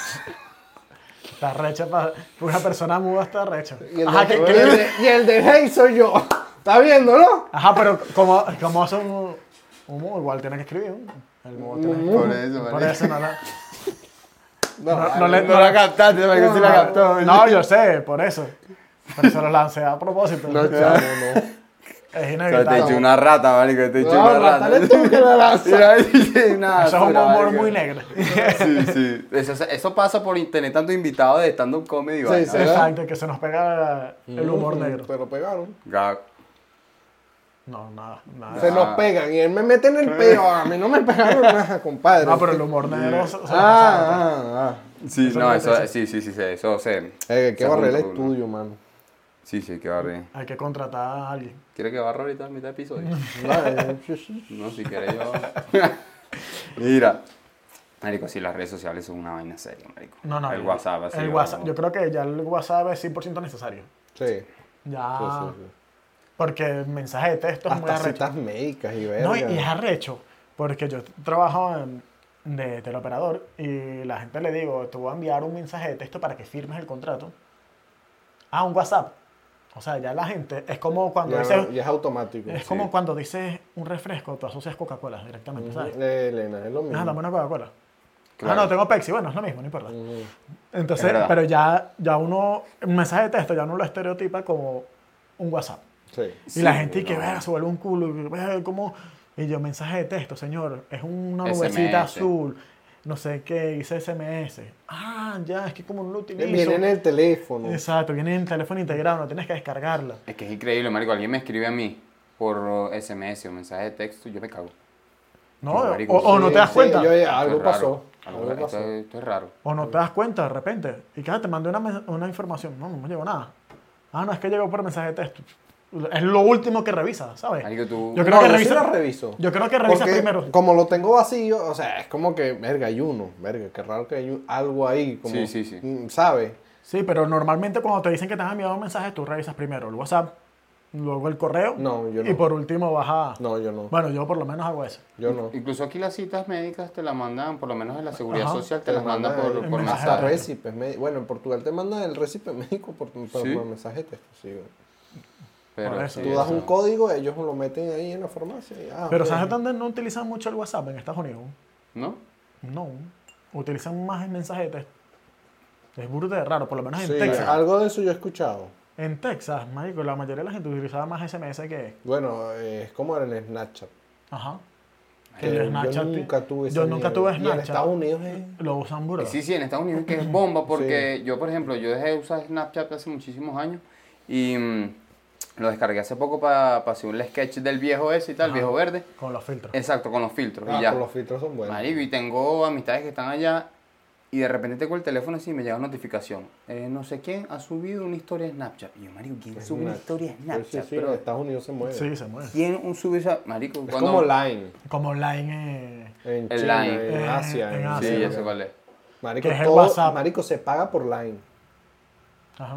Speaker 3: está recha para. Una persona muda está recha.
Speaker 2: Y el,
Speaker 3: Ajá,
Speaker 2: de,
Speaker 3: que- que-
Speaker 2: y el de- y el de hey soy yo. [LAUGHS] ¿Estás viendo, no?
Speaker 3: Ajá, pero como, como hace un un mudo, igual tiene que escribir. ¿no? El mudo tiene que
Speaker 1: Por eso, marico.
Speaker 3: Por eso no la-
Speaker 2: No,
Speaker 3: No, no le-
Speaker 1: No la captaste, marico, sí la captó. [LAUGHS]
Speaker 3: No, yo sé, por eso. Pero se lo lancé a propósito.
Speaker 2: no, chamo, no.
Speaker 3: Es
Speaker 1: O sea, te
Speaker 3: inevitable.
Speaker 2: eché
Speaker 1: eché una rata, marico, te eché una rata.
Speaker 2: ratale tú que
Speaker 1: [LAUGHS]
Speaker 2: la lanzas.
Speaker 1: Eso
Speaker 3: Eso es un humor muy negro.
Speaker 1: Sí, sí. [LAUGHS] Eso, eso pasa por tener tantos invitados de stand-up comedy.
Speaker 2: Sí,
Speaker 1: vaina.
Speaker 2: sí. ¿Será?
Speaker 3: Exacto, que se nos pega el humor
Speaker 2: Mm,
Speaker 3: negro.
Speaker 2: Te lo pegaron.
Speaker 1: Gag.
Speaker 3: No, nada, nada.
Speaker 2: Se nos pegan y él me mete en el peo. A mí no me pegaron nada, compadre.
Speaker 3: No, Ah, pero el humor negro. se- pues. se
Speaker 2: Ah,
Speaker 3: nos pasa.
Speaker 2: ah, ah.
Speaker 1: Sí,
Speaker 3: Eso
Speaker 1: no,
Speaker 3: no
Speaker 1: eso,
Speaker 3: te-
Speaker 1: sí, sí, sí, sí, eso se...
Speaker 2: Eh, hay que
Speaker 1: se
Speaker 2: barrer el
Speaker 1: junta con uno.
Speaker 2: estudio, mano.
Speaker 1: Sí, sí, hay que barre.
Speaker 3: Hay que contratar a alguien.
Speaker 1: ¿Quieres que barra ahorita en mitad de episodio?
Speaker 2: Vale, eh, sí, sí.
Speaker 1: No, si quieres
Speaker 3: [LAUGHS]
Speaker 1: yo... Mira. Marico, sí, las redes sociales son una vaina seria, marico.
Speaker 3: No, no.
Speaker 1: El WhatsApp, así.
Speaker 3: El
Speaker 1: ¿no?
Speaker 3: WhatsApp. Yo Ah, creo que ya el WhatsApp es 100% necesario.
Speaker 2: Sí, sí,
Speaker 3: Ya.
Speaker 2: sí, sí.
Speaker 3: Porque el mensaje de texto es muy
Speaker 2: Hasta
Speaker 3: arrecho.
Speaker 2: citas médicas y verga.
Speaker 3: No, y, y es arrecho. Porque yo trabajo en- de teleoperador y la gente le digo, te voy a enviar un mensaje de texto para que firmes el contrato. Ah, un WhatsApp. O sea, ya la gente es como cuando
Speaker 2: Ya-
Speaker 3: dices,
Speaker 2: ya es automático.
Speaker 3: es
Speaker 1: sí.
Speaker 3: como cuando dices un refresco, tú asocias Coca-Cola directamente, ¿sabes?
Speaker 2: Eh, Elena, es lo mismo.
Speaker 3: Ah, dame una Coca-Cola.
Speaker 1: Claro.
Speaker 3: Ah, no, tengo Pepsi. Bueno, es lo mismo, no importa.
Speaker 2: Mm.
Speaker 1: Es
Speaker 3: Entonces,
Speaker 1: verdad.
Speaker 3: pero ya, ya uno, un mensaje de texto ya uno lo estereotipa como un WhatsApp.
Speaker 2: Sí.
Speaker 1: Sí,
Speaker 3: y la gente, y que
Speaker 1: no.
Speaker 3: vea, se vuelve un culo, y vea cómo... Y yo, mensaje de texto, señor, es una nubecita
Speaker 1: SMS.
Speaker 3: azul, no sé qué, dice SMS. Ah, ya, es que como no lo utilizo.
Speaker 2: Eh, Viene en el teléfono.
Speaker 3: Exacto, viene en el teléfono integrado, no tienes que descargarla.
Speaker 1: Es que es increíble, marico. Alguien me escribe a mí por SMS o mensaje de texto, yo me cago.
Speaker 3: Eh, No,
Speaker 1: No,
Speaker 3: o-
Speaker 1: marico,
Speaker 3: o,
Speaker 1: sí,
Speaker 3: no te das
Speaker 2: sí,
Speaker 3: cuenta.
Speaker 2: yo-
Speaker 1: Esto
Speaker 2: algo
Speaker 1: es raro.
Speaker 2: pasó,
Speaker 1: Algo-
Speaker 2: algo
Speaker 1: esto,
Speaker 2: pasó.
Speaker 1: es- esto es raro.
Speaker 3: O no te das cuenta de repente. Y claro, te mandé una, men- una información. No, no me llegó nada. Ah, no, es que llegó por mensaje de texto. Es lo último que revisa, ¿sabes?
Speaker 1: Marico, tú...
Speaker 3: Yo creo
Speaker 2: No,
Speaker 3: que
Speaker 2: yo sí
Speaker 3: revisa.
Speaker 2: la reviso.
Speaker 3: Yo creo que revisa
Speaker 2: Porque
Speaker 3: primero.
Speaker 2: Como lo tengo vacío, o sea, es como que, verga, hay uno, verga, qué raro que hay un- algo ahí. Como,
Speaker 1: Sí, sí, sí.
Speaker 2: mm, ¿Sabes?
Speaker 3: Sí, pero normalmente cuando te dicen que te han enviado un mensaje, tú revisas primero el WhatsApp, luego el correo.
Speaker 2: No, yo
Speaker 3: Y
Speaker 2: no.
Speaker 3: por último vas a.
Speaker 2: No, yo no.
Speaker 3: Bueno, yo por lo menos hago eso.
Speaker 2: Yo no.
Speaker 1: Incluso aquí las citas médicas te las mandan, por lo menos en la seguridad
Speaker 3: Ajá.
Speaker 1: social, te las mandan por,
Speaker 3: en
Speaker 1: por
Speaker 3: mensaje
Speaker 1: mensaje.
Speaker 2: Hasta récipes. me- Bueno, en Portugal te mandan el récipe médico por, tu- por-
Speaker 1: Sí.
Speaker 2: por mensaje de texto. sí, güey.
Speaker 1: Pero
Speaker 3: Por eso.
Speaker 1: sí,
Speaker 2: Tú das
Speaker 1: eso.
Speaker 2: un código, ellos lo meten ahí en la farmacia. y, ah,
Speaker 3: Pero
Speaker 2: ok.
Speaker 3: ¿sabes dónde no utilizan mucho el WhatsApp en Estados Unidos?
Speaker 1: ¿No?
Speaker 3: No. Utilizan más el mensaje de texto. Es burda de raro, por lo menos en
Speaker 2: Sí,
Speaker 3: Texas.
Speaker 2: algo de eso yo he escuchado.
Speaker 3: En Texas, marico, la mayoría de la gente utilizaba más SMS que.
Speaker 2: Bueno, eh, es como en el Snapchat.
Speaker 3: Ajá. Que
Speaker 2: que
Speaker 3: el
Speaker 2: yo
Speaker 3: Snapchat-
Speaker 2: nunca tuve esa
Speaker 3: Yo nunca
Speaker 2: mierda.
Speaker 3: tuve
Speaker 2: Y en
Speaker 3: Snapchat.
Speaker 2: Estados Unidos es...
Speaker 3: Lo usan burda.
Speaker 1: Sí, sí, en Estados Unidos que es bomba porque yo, por ejemplo, yo dejé de usar Snapchat hace muchísimos años y mm, lo descargué hace poco para hacer un sketch del viejo ese y tal, viejo verde.
Speaker 3: Con los filtros.
Speaker 1: Exacto, con los filtros
Speaker 2: Ah,
Speaker 1: y ya.
Speaker 2: pero los filtros son buenos.
Speaker 1: Marico, y tengo amistades que están allá y de repente tengo el teléfono así y me llega una notificación. Eh, no sé quién ha subido una historia de Snapchat. Y yo, marico, ¿quién sube una historia de
Speaker 2: Sí,
Speaker 1: Snapchat?
Speaker 2: sí, sí, en
Speaker 1: bro?
Speaker 2: Estados Unidos se mueve.
Speaker 3: Sí, se mueve.
Speaker 1: ¿Quién un sube esa? Marico,
Speaker 2: Es
Speaker 1: cuando-
Speaker 2: como Line.
Speaker 3: Como Line. eh,
Speaker 2: En
Speaker 1: El
Speaker 2: China,
Speaker 1: Line.
Speaker 2: en
Speaker 3: Eh,
Speaker 2: Asia.
Speaker 3: en
Speaker 2: en-
Speaker 3: Asia.
Speaker 1: Sí,
Speaker 3: sí,
Speaker 1: ya
Speaker 3: ok.
Speaker 1: sé cuál es.
Speaker 2: Marico,
Speaker 3: Que es el
Speaker 2: todo-
Speaker 3: WhatsApp.
Speaker 2: marico, se paga por Line.
Speaker 3: Ajá.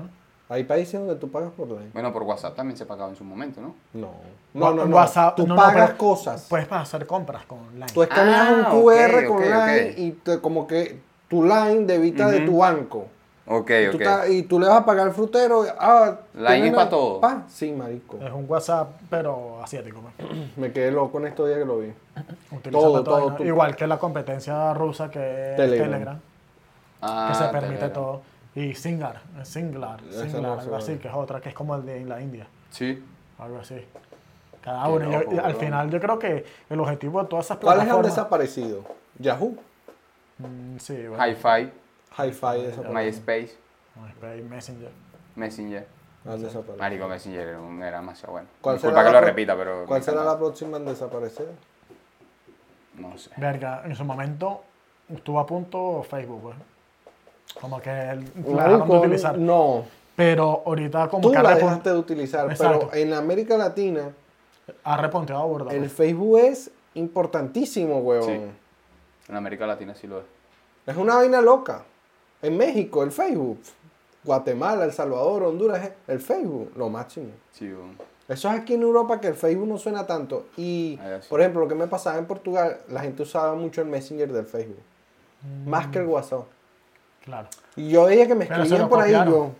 Speaker 2: Hay países donde tú pagas por Line.
Speaker 1: Bueno, por WhatsApp también se pagaba en su momento, ¿no?
Speaker 2: No. No, no,
Speaker 3: en
Speaker 2: no.
Speaker 3: WhatsApp,
Speaker 2: tú
Speaker 3: no, no,
Speaker 2: pagas
Speaker 3: pero
Speaker 2: cosas. Pues-
Speaker 3: Puedes hacer compras con Line.
Speaker 2: Tú escaneas
Speaker 1: Ah,
Speaker 2: un QR
Speaker 1: ok,
Speaker 2: con
Speaker 1: ok,
Speaker 2: Line
Speaker 1: ok.
Speaker 2: y te- como que tu Line debita de tu banco.
Speaker 1: Ok,
Speaker 2: Y tú, ta- y tú le vas a pagar al frutero. Ah,
Speaker 1: Line
Speaker 2: ¿tienes
Speaker 1: es
Speaker 2: la-
Speaker 1: pa' todo.
Speaker 2: pa? Sí, marico.
Speaker 3: Es un WhatsApp, pero asiático.
Speaker 2: [CLEARS THROAT]
Speaker 3: pues.
Speaker 2: Me quedé loco en estos días que lo vi.
Speaker 3: Utilizan
Speaker 2: Todo,
Speaker 3: la
Speaker 2: todo,
Speaker 3: vaina.
Speaker 2: tú-
Speaker 3: Igual que la competencia rusa que es
Speaker 2: Telegram.
Speaker 3: Telegram,
Speaker 1: Ah,
Speaker 3: que se permite
Speaker 1: Telegram.
Speaker 3: todo. Y Singar, eh, Singlar,
Speaker 2: Esa
Speaker 3: Singlar,
Speaker 2: no sé,
Speaker 3: algo así,
Speaker 2: vale.
Speaker 3: que es otra, que es como el de la India,
Speaker 1: Sí.
Speaker 3: algo así. Cada
Speaker 1: Qué
Speaker 3: uno. y-
Speaker 1: loco,
Speaker 3: y al
Speaker 1: bro.
Speaker 3: final, yo creo que el objetivo de todas esas
Speaker 2: ¿Cuál es el
Speaker 3: plataformas.
Speaker 2: desaparecido? Yahoo.
Speaker 3: Mm, sí, bueno,
Speaker 1: Hi-Fi,
Speaker 2: Hi-Fi desaparecido.
Speaker 1: MySpace,
Speaker 3: MySpace, Messenger.
Speaker 1: Messenger.
Speaker 2: Han desaparecido.
Speaker 1: Marico, Messenger era, un- era demasiado bueno.
Speaker 2: ¿Cuál será
Speaker 1: Disculpa
Speaker 2: la
Speaker 1: que lo
Speaker 2: pro-
Speaker 1: repita, pero... me
Speaker 2: ¿Cuál será la
Speaker 1: encantaba.
Speaker 2: próxima en desaparecer?
Speaker 1: No sé.
Speaker 3: Verga, en su momento estuvo a punto Facebook, pues. Como que el- la dejaron de
Speaker 2: Marico,
Speaker 3: utilizar.
Speaker 2: No.
Speaker 3: Pero ahorita como
Speaker 2: Tú
Speaker 3: que
Speaker 2: la
Speaker 3: ha, repon-
Speaker 2: dejaste de utilizar,
Speaker 3: Exacto.
Speaker 2: pero en América Latina
Speaker 3: ha reponteado a burda,
Speaker 2: el
Speaker 3: pues.
Speaker 2: Facebook es importantísimo, huevón.
Speaker 1: Sí. En América Latina sí lo es.
Speaker 2: Es una vaina loca. En México, el Facebook. Guatemala, El Salvador, Honduras, el Facebook, lo máximo.
Speaker 1: Sí, un-
Speaker 2: Eso es aquí en Europa que el Facebook no suena tanto. Y,
Speaker 1: Ahí así.
Speaker 2: por ejemplo, lo que me pasaba en Portugal, la gente usaba mucho el Messenger del Facebook. Más que el WhatsApp.
Speaker 3: Claro.
Speaker 2: Y yo veía que me
Speaker 3: Mm. Pero se
Speaker 2: escribían
Speaker 3: lo
Speaker 2: por ahí. y
Speaker 3: copiaron.
Speaker 2: Yo,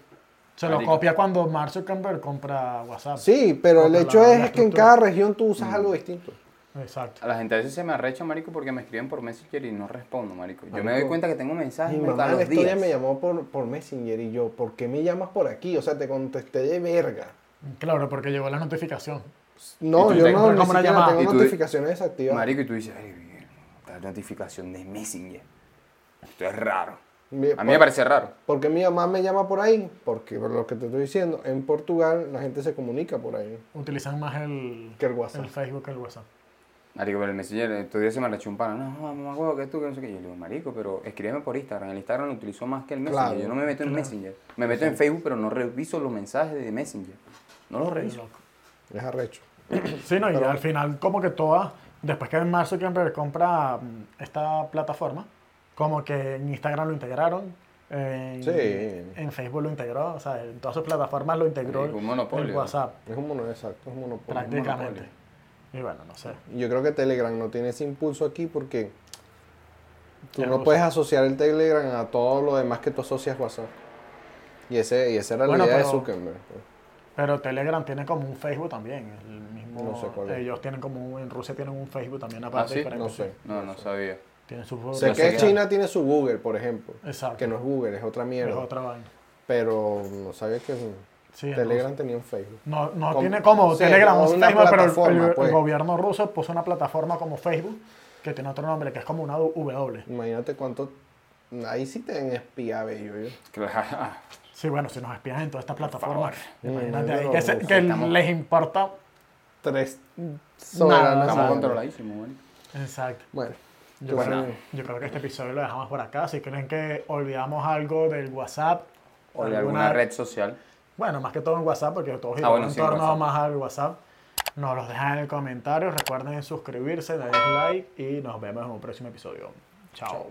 Speaker 3: Se lo
Speaker 1: Marico.
Speaker 3: copia cuando Mark Zuckerberg compra WhatsApp.
Speaker 2: sí, pero el
Speaker 3: Otra,
Speaker 2: hecho
Speaker 3: la-
Speaker 2: es
Speaker 3: la
Speaker 2: que en
Speaker 3: estructura. Mm.
Speaker 2: cada región tú usas algo distinto.
Speaker 3: Exacto.
Speaker 1: A la gente a veces se me arrecha, marico, porque me escriben por Messenger y no respondo, marico. Yo me doy
Speaker 2: Marico.
Speaker 1: cuenta que tengo mensajes
Speaker 2: Mi
Speaker 1: y
Speaker 2: mamá en
Speaker 1: los
Speaker 2: la historia
Speaker 1: días.
Speaker 2: me llamó por, por Messenger y yo, ¿por qué me llamas por aquí? O sea, te contesté de verga.
Speaker 3: Claro, porque llegó la notificación.
Speaker 1: ¿Y
Speaker 2: No,
Speaker 1: tú
Speaker 2: yo
Speaker 1: te-
Speaker 2: no,
Speaker 1: pero
Speaker 2: ni
Speaker 3: cómo la
Speaker 2: siquiera
Speaker 3: llamaba?
Speaker 1: ¿Y
Speaker 2: tengo
Speaker 1: tú-
Speaker 2: notificaciones desactivadas.
Speaker 1: Marico, y tú dices, ay, bien, la notificación de Messenger. Esto es raro.
Speaker 2: Mi-
Speaker 1: A mí me parece raro.
Speaker 2: ¿Por qué mi mamá me llama por ahí? Porque, por lo que te estoy diciendo, en Portugal la gente se comunica por ahí.
Speaker 3: Utilizan más el,
Speaker 2: Que el WhatsApp.
Speaker 3: el Facebook que el WhatsApp.
Speaker 1: Marico, pero el Messenger, eh, estos días se me arrechó un pana. No, mamá, huevo, que tú, que no sé qué. Yo le digo, marico, pero escríbeme por Instagram. El Instagram lo utilizo más que el Messenger.
Speaker 2: Claro.
Speaker 1: Yo no me meto en Messenger. Me meto en Facebook, pero no reviso los mensajes de Messenger. No los reviso.
Speaker 3: Loco.
Speaker 2: Es arrecho.
Speaker 3: Sí, no, y al final como que todas, después que en marzo Zuckerberg compra mm, esta plataforma, como que en Instagram lo integraron, en,
Speaker 2: Sí.
Speaker 3: en Facebook lo integró, o sea, en todas sus plataformas lo integró
Speaker 1: Marico, un monopolio,
Speaker 3: en
Speaker 1: ¿no?
Speaker 3: WhatsApp,
Speaker 2: Es un monopolio, exacto, es un monopolio.
Speaker 3: prácticamente. Y bueno, no sé.
Speaker 2: Yo creo que Telegram no tiene ese impulso aquí porque tú
Speaker 3: Es
Speaker 2: no
Speaker 3: ruso.
Speaker 2: puedes asociar el Telegram a todo lo demás que tú asocias WhatsApp. Y, ese, y esa era
Speaker 3: Bueno,
Speaker 2: la idea de
Speaker 3: pero-
Speaker 2: Zuckerberg. pues.
Speaker 3: Pero Telegram tiene como un Facebook también, el mismo,
Speaker 2: No sé cuál es.
Speaker 3: ellos tienen como, un- en Rusia tienen un Facebook también
Speaker 1: ¿Ah,
Speaker 3: aparte.
Speaker 1: sí?
Speaker 3: diferente,
Speaker 2: No sé.
Speaker 1: No, no sabía. [LAUGHS]
Speaker 3: Tienen su
Speaker 2: Sé
Speaker 1: no
Speaker 2: que
Speaker 1: qué.
Speaker 2: China tiene su Google, por ejemplo.
Speaker 3: Exacto.
Speaker 2: Que no es Google, es otra
Speaker 3: es
Speaker 2: mierda.
Speaker 3: otra vaina.
Speaker 2: Pero no sabía que
Speaker 3: Sí, en
Speaker 2: Telegram tenía un Facebook.
Speaker 3: No, no
Speaker 2: Como-
Speaker 3: tiene como
Speaker 2: sí,
Speaker 3: Telegram
Speaker 2: como
Speaker 3: o
Speaker 2: una
Speaker 3: Facebook, pero el- el,
Speaker 2: plataforma,
Speaker 3: el
Speaker 2: pues.
Speaker 3: gobierno ruso puso una plataforma como Facebook que tiene otro nombre, que es como una W.
Speaker 2: Imagínate cuánto. Ahí sí te espía, bello. Yo.
Speaker 1: Claro.
Speaker 3: Sí, bueno, si nos espían en todas estas plataformas, imagínate
Speaker 2: Mm,
Speaker 3: ahí,
Speaker 2: pero
Speaker 3: que, se-
Speaker 2: sí,
Speaker 3: que
Speaker 1: estamos-
Speaker 3: les importa.
Speaker 2: Tres soberanas.
Speaker 1: Estamos
Speaker 3: Nada,
Speaker 2: sabias.
Speaker 1: controladísimos, marico.
Speaker 3: Exacto.
Speaker 2: Bueno,
Speaker 3: Yo,
Speaker 2: entonces,
Speaker 1: Bueno.
Speaker 3: creo, yo creo que este episodio lo dejamos por acá. Si creen que olvidamos algo del WhatsApp
Speaker 1: O de alguna red social.
Speaker 3: Bueno, más que todo en WhatsApp, porque todos
Speaker 1: Ah, bueno,
Speaker 3: en
Speaker 1: sí, en
Speaker 3: torno
Speaker 1: WhatsApp.
Speaker 3: más al WhatsApp. Nos los dejan en el comentario. Recuerden suscribirse, darle like y nos vemos en un próximo episodio. Chao.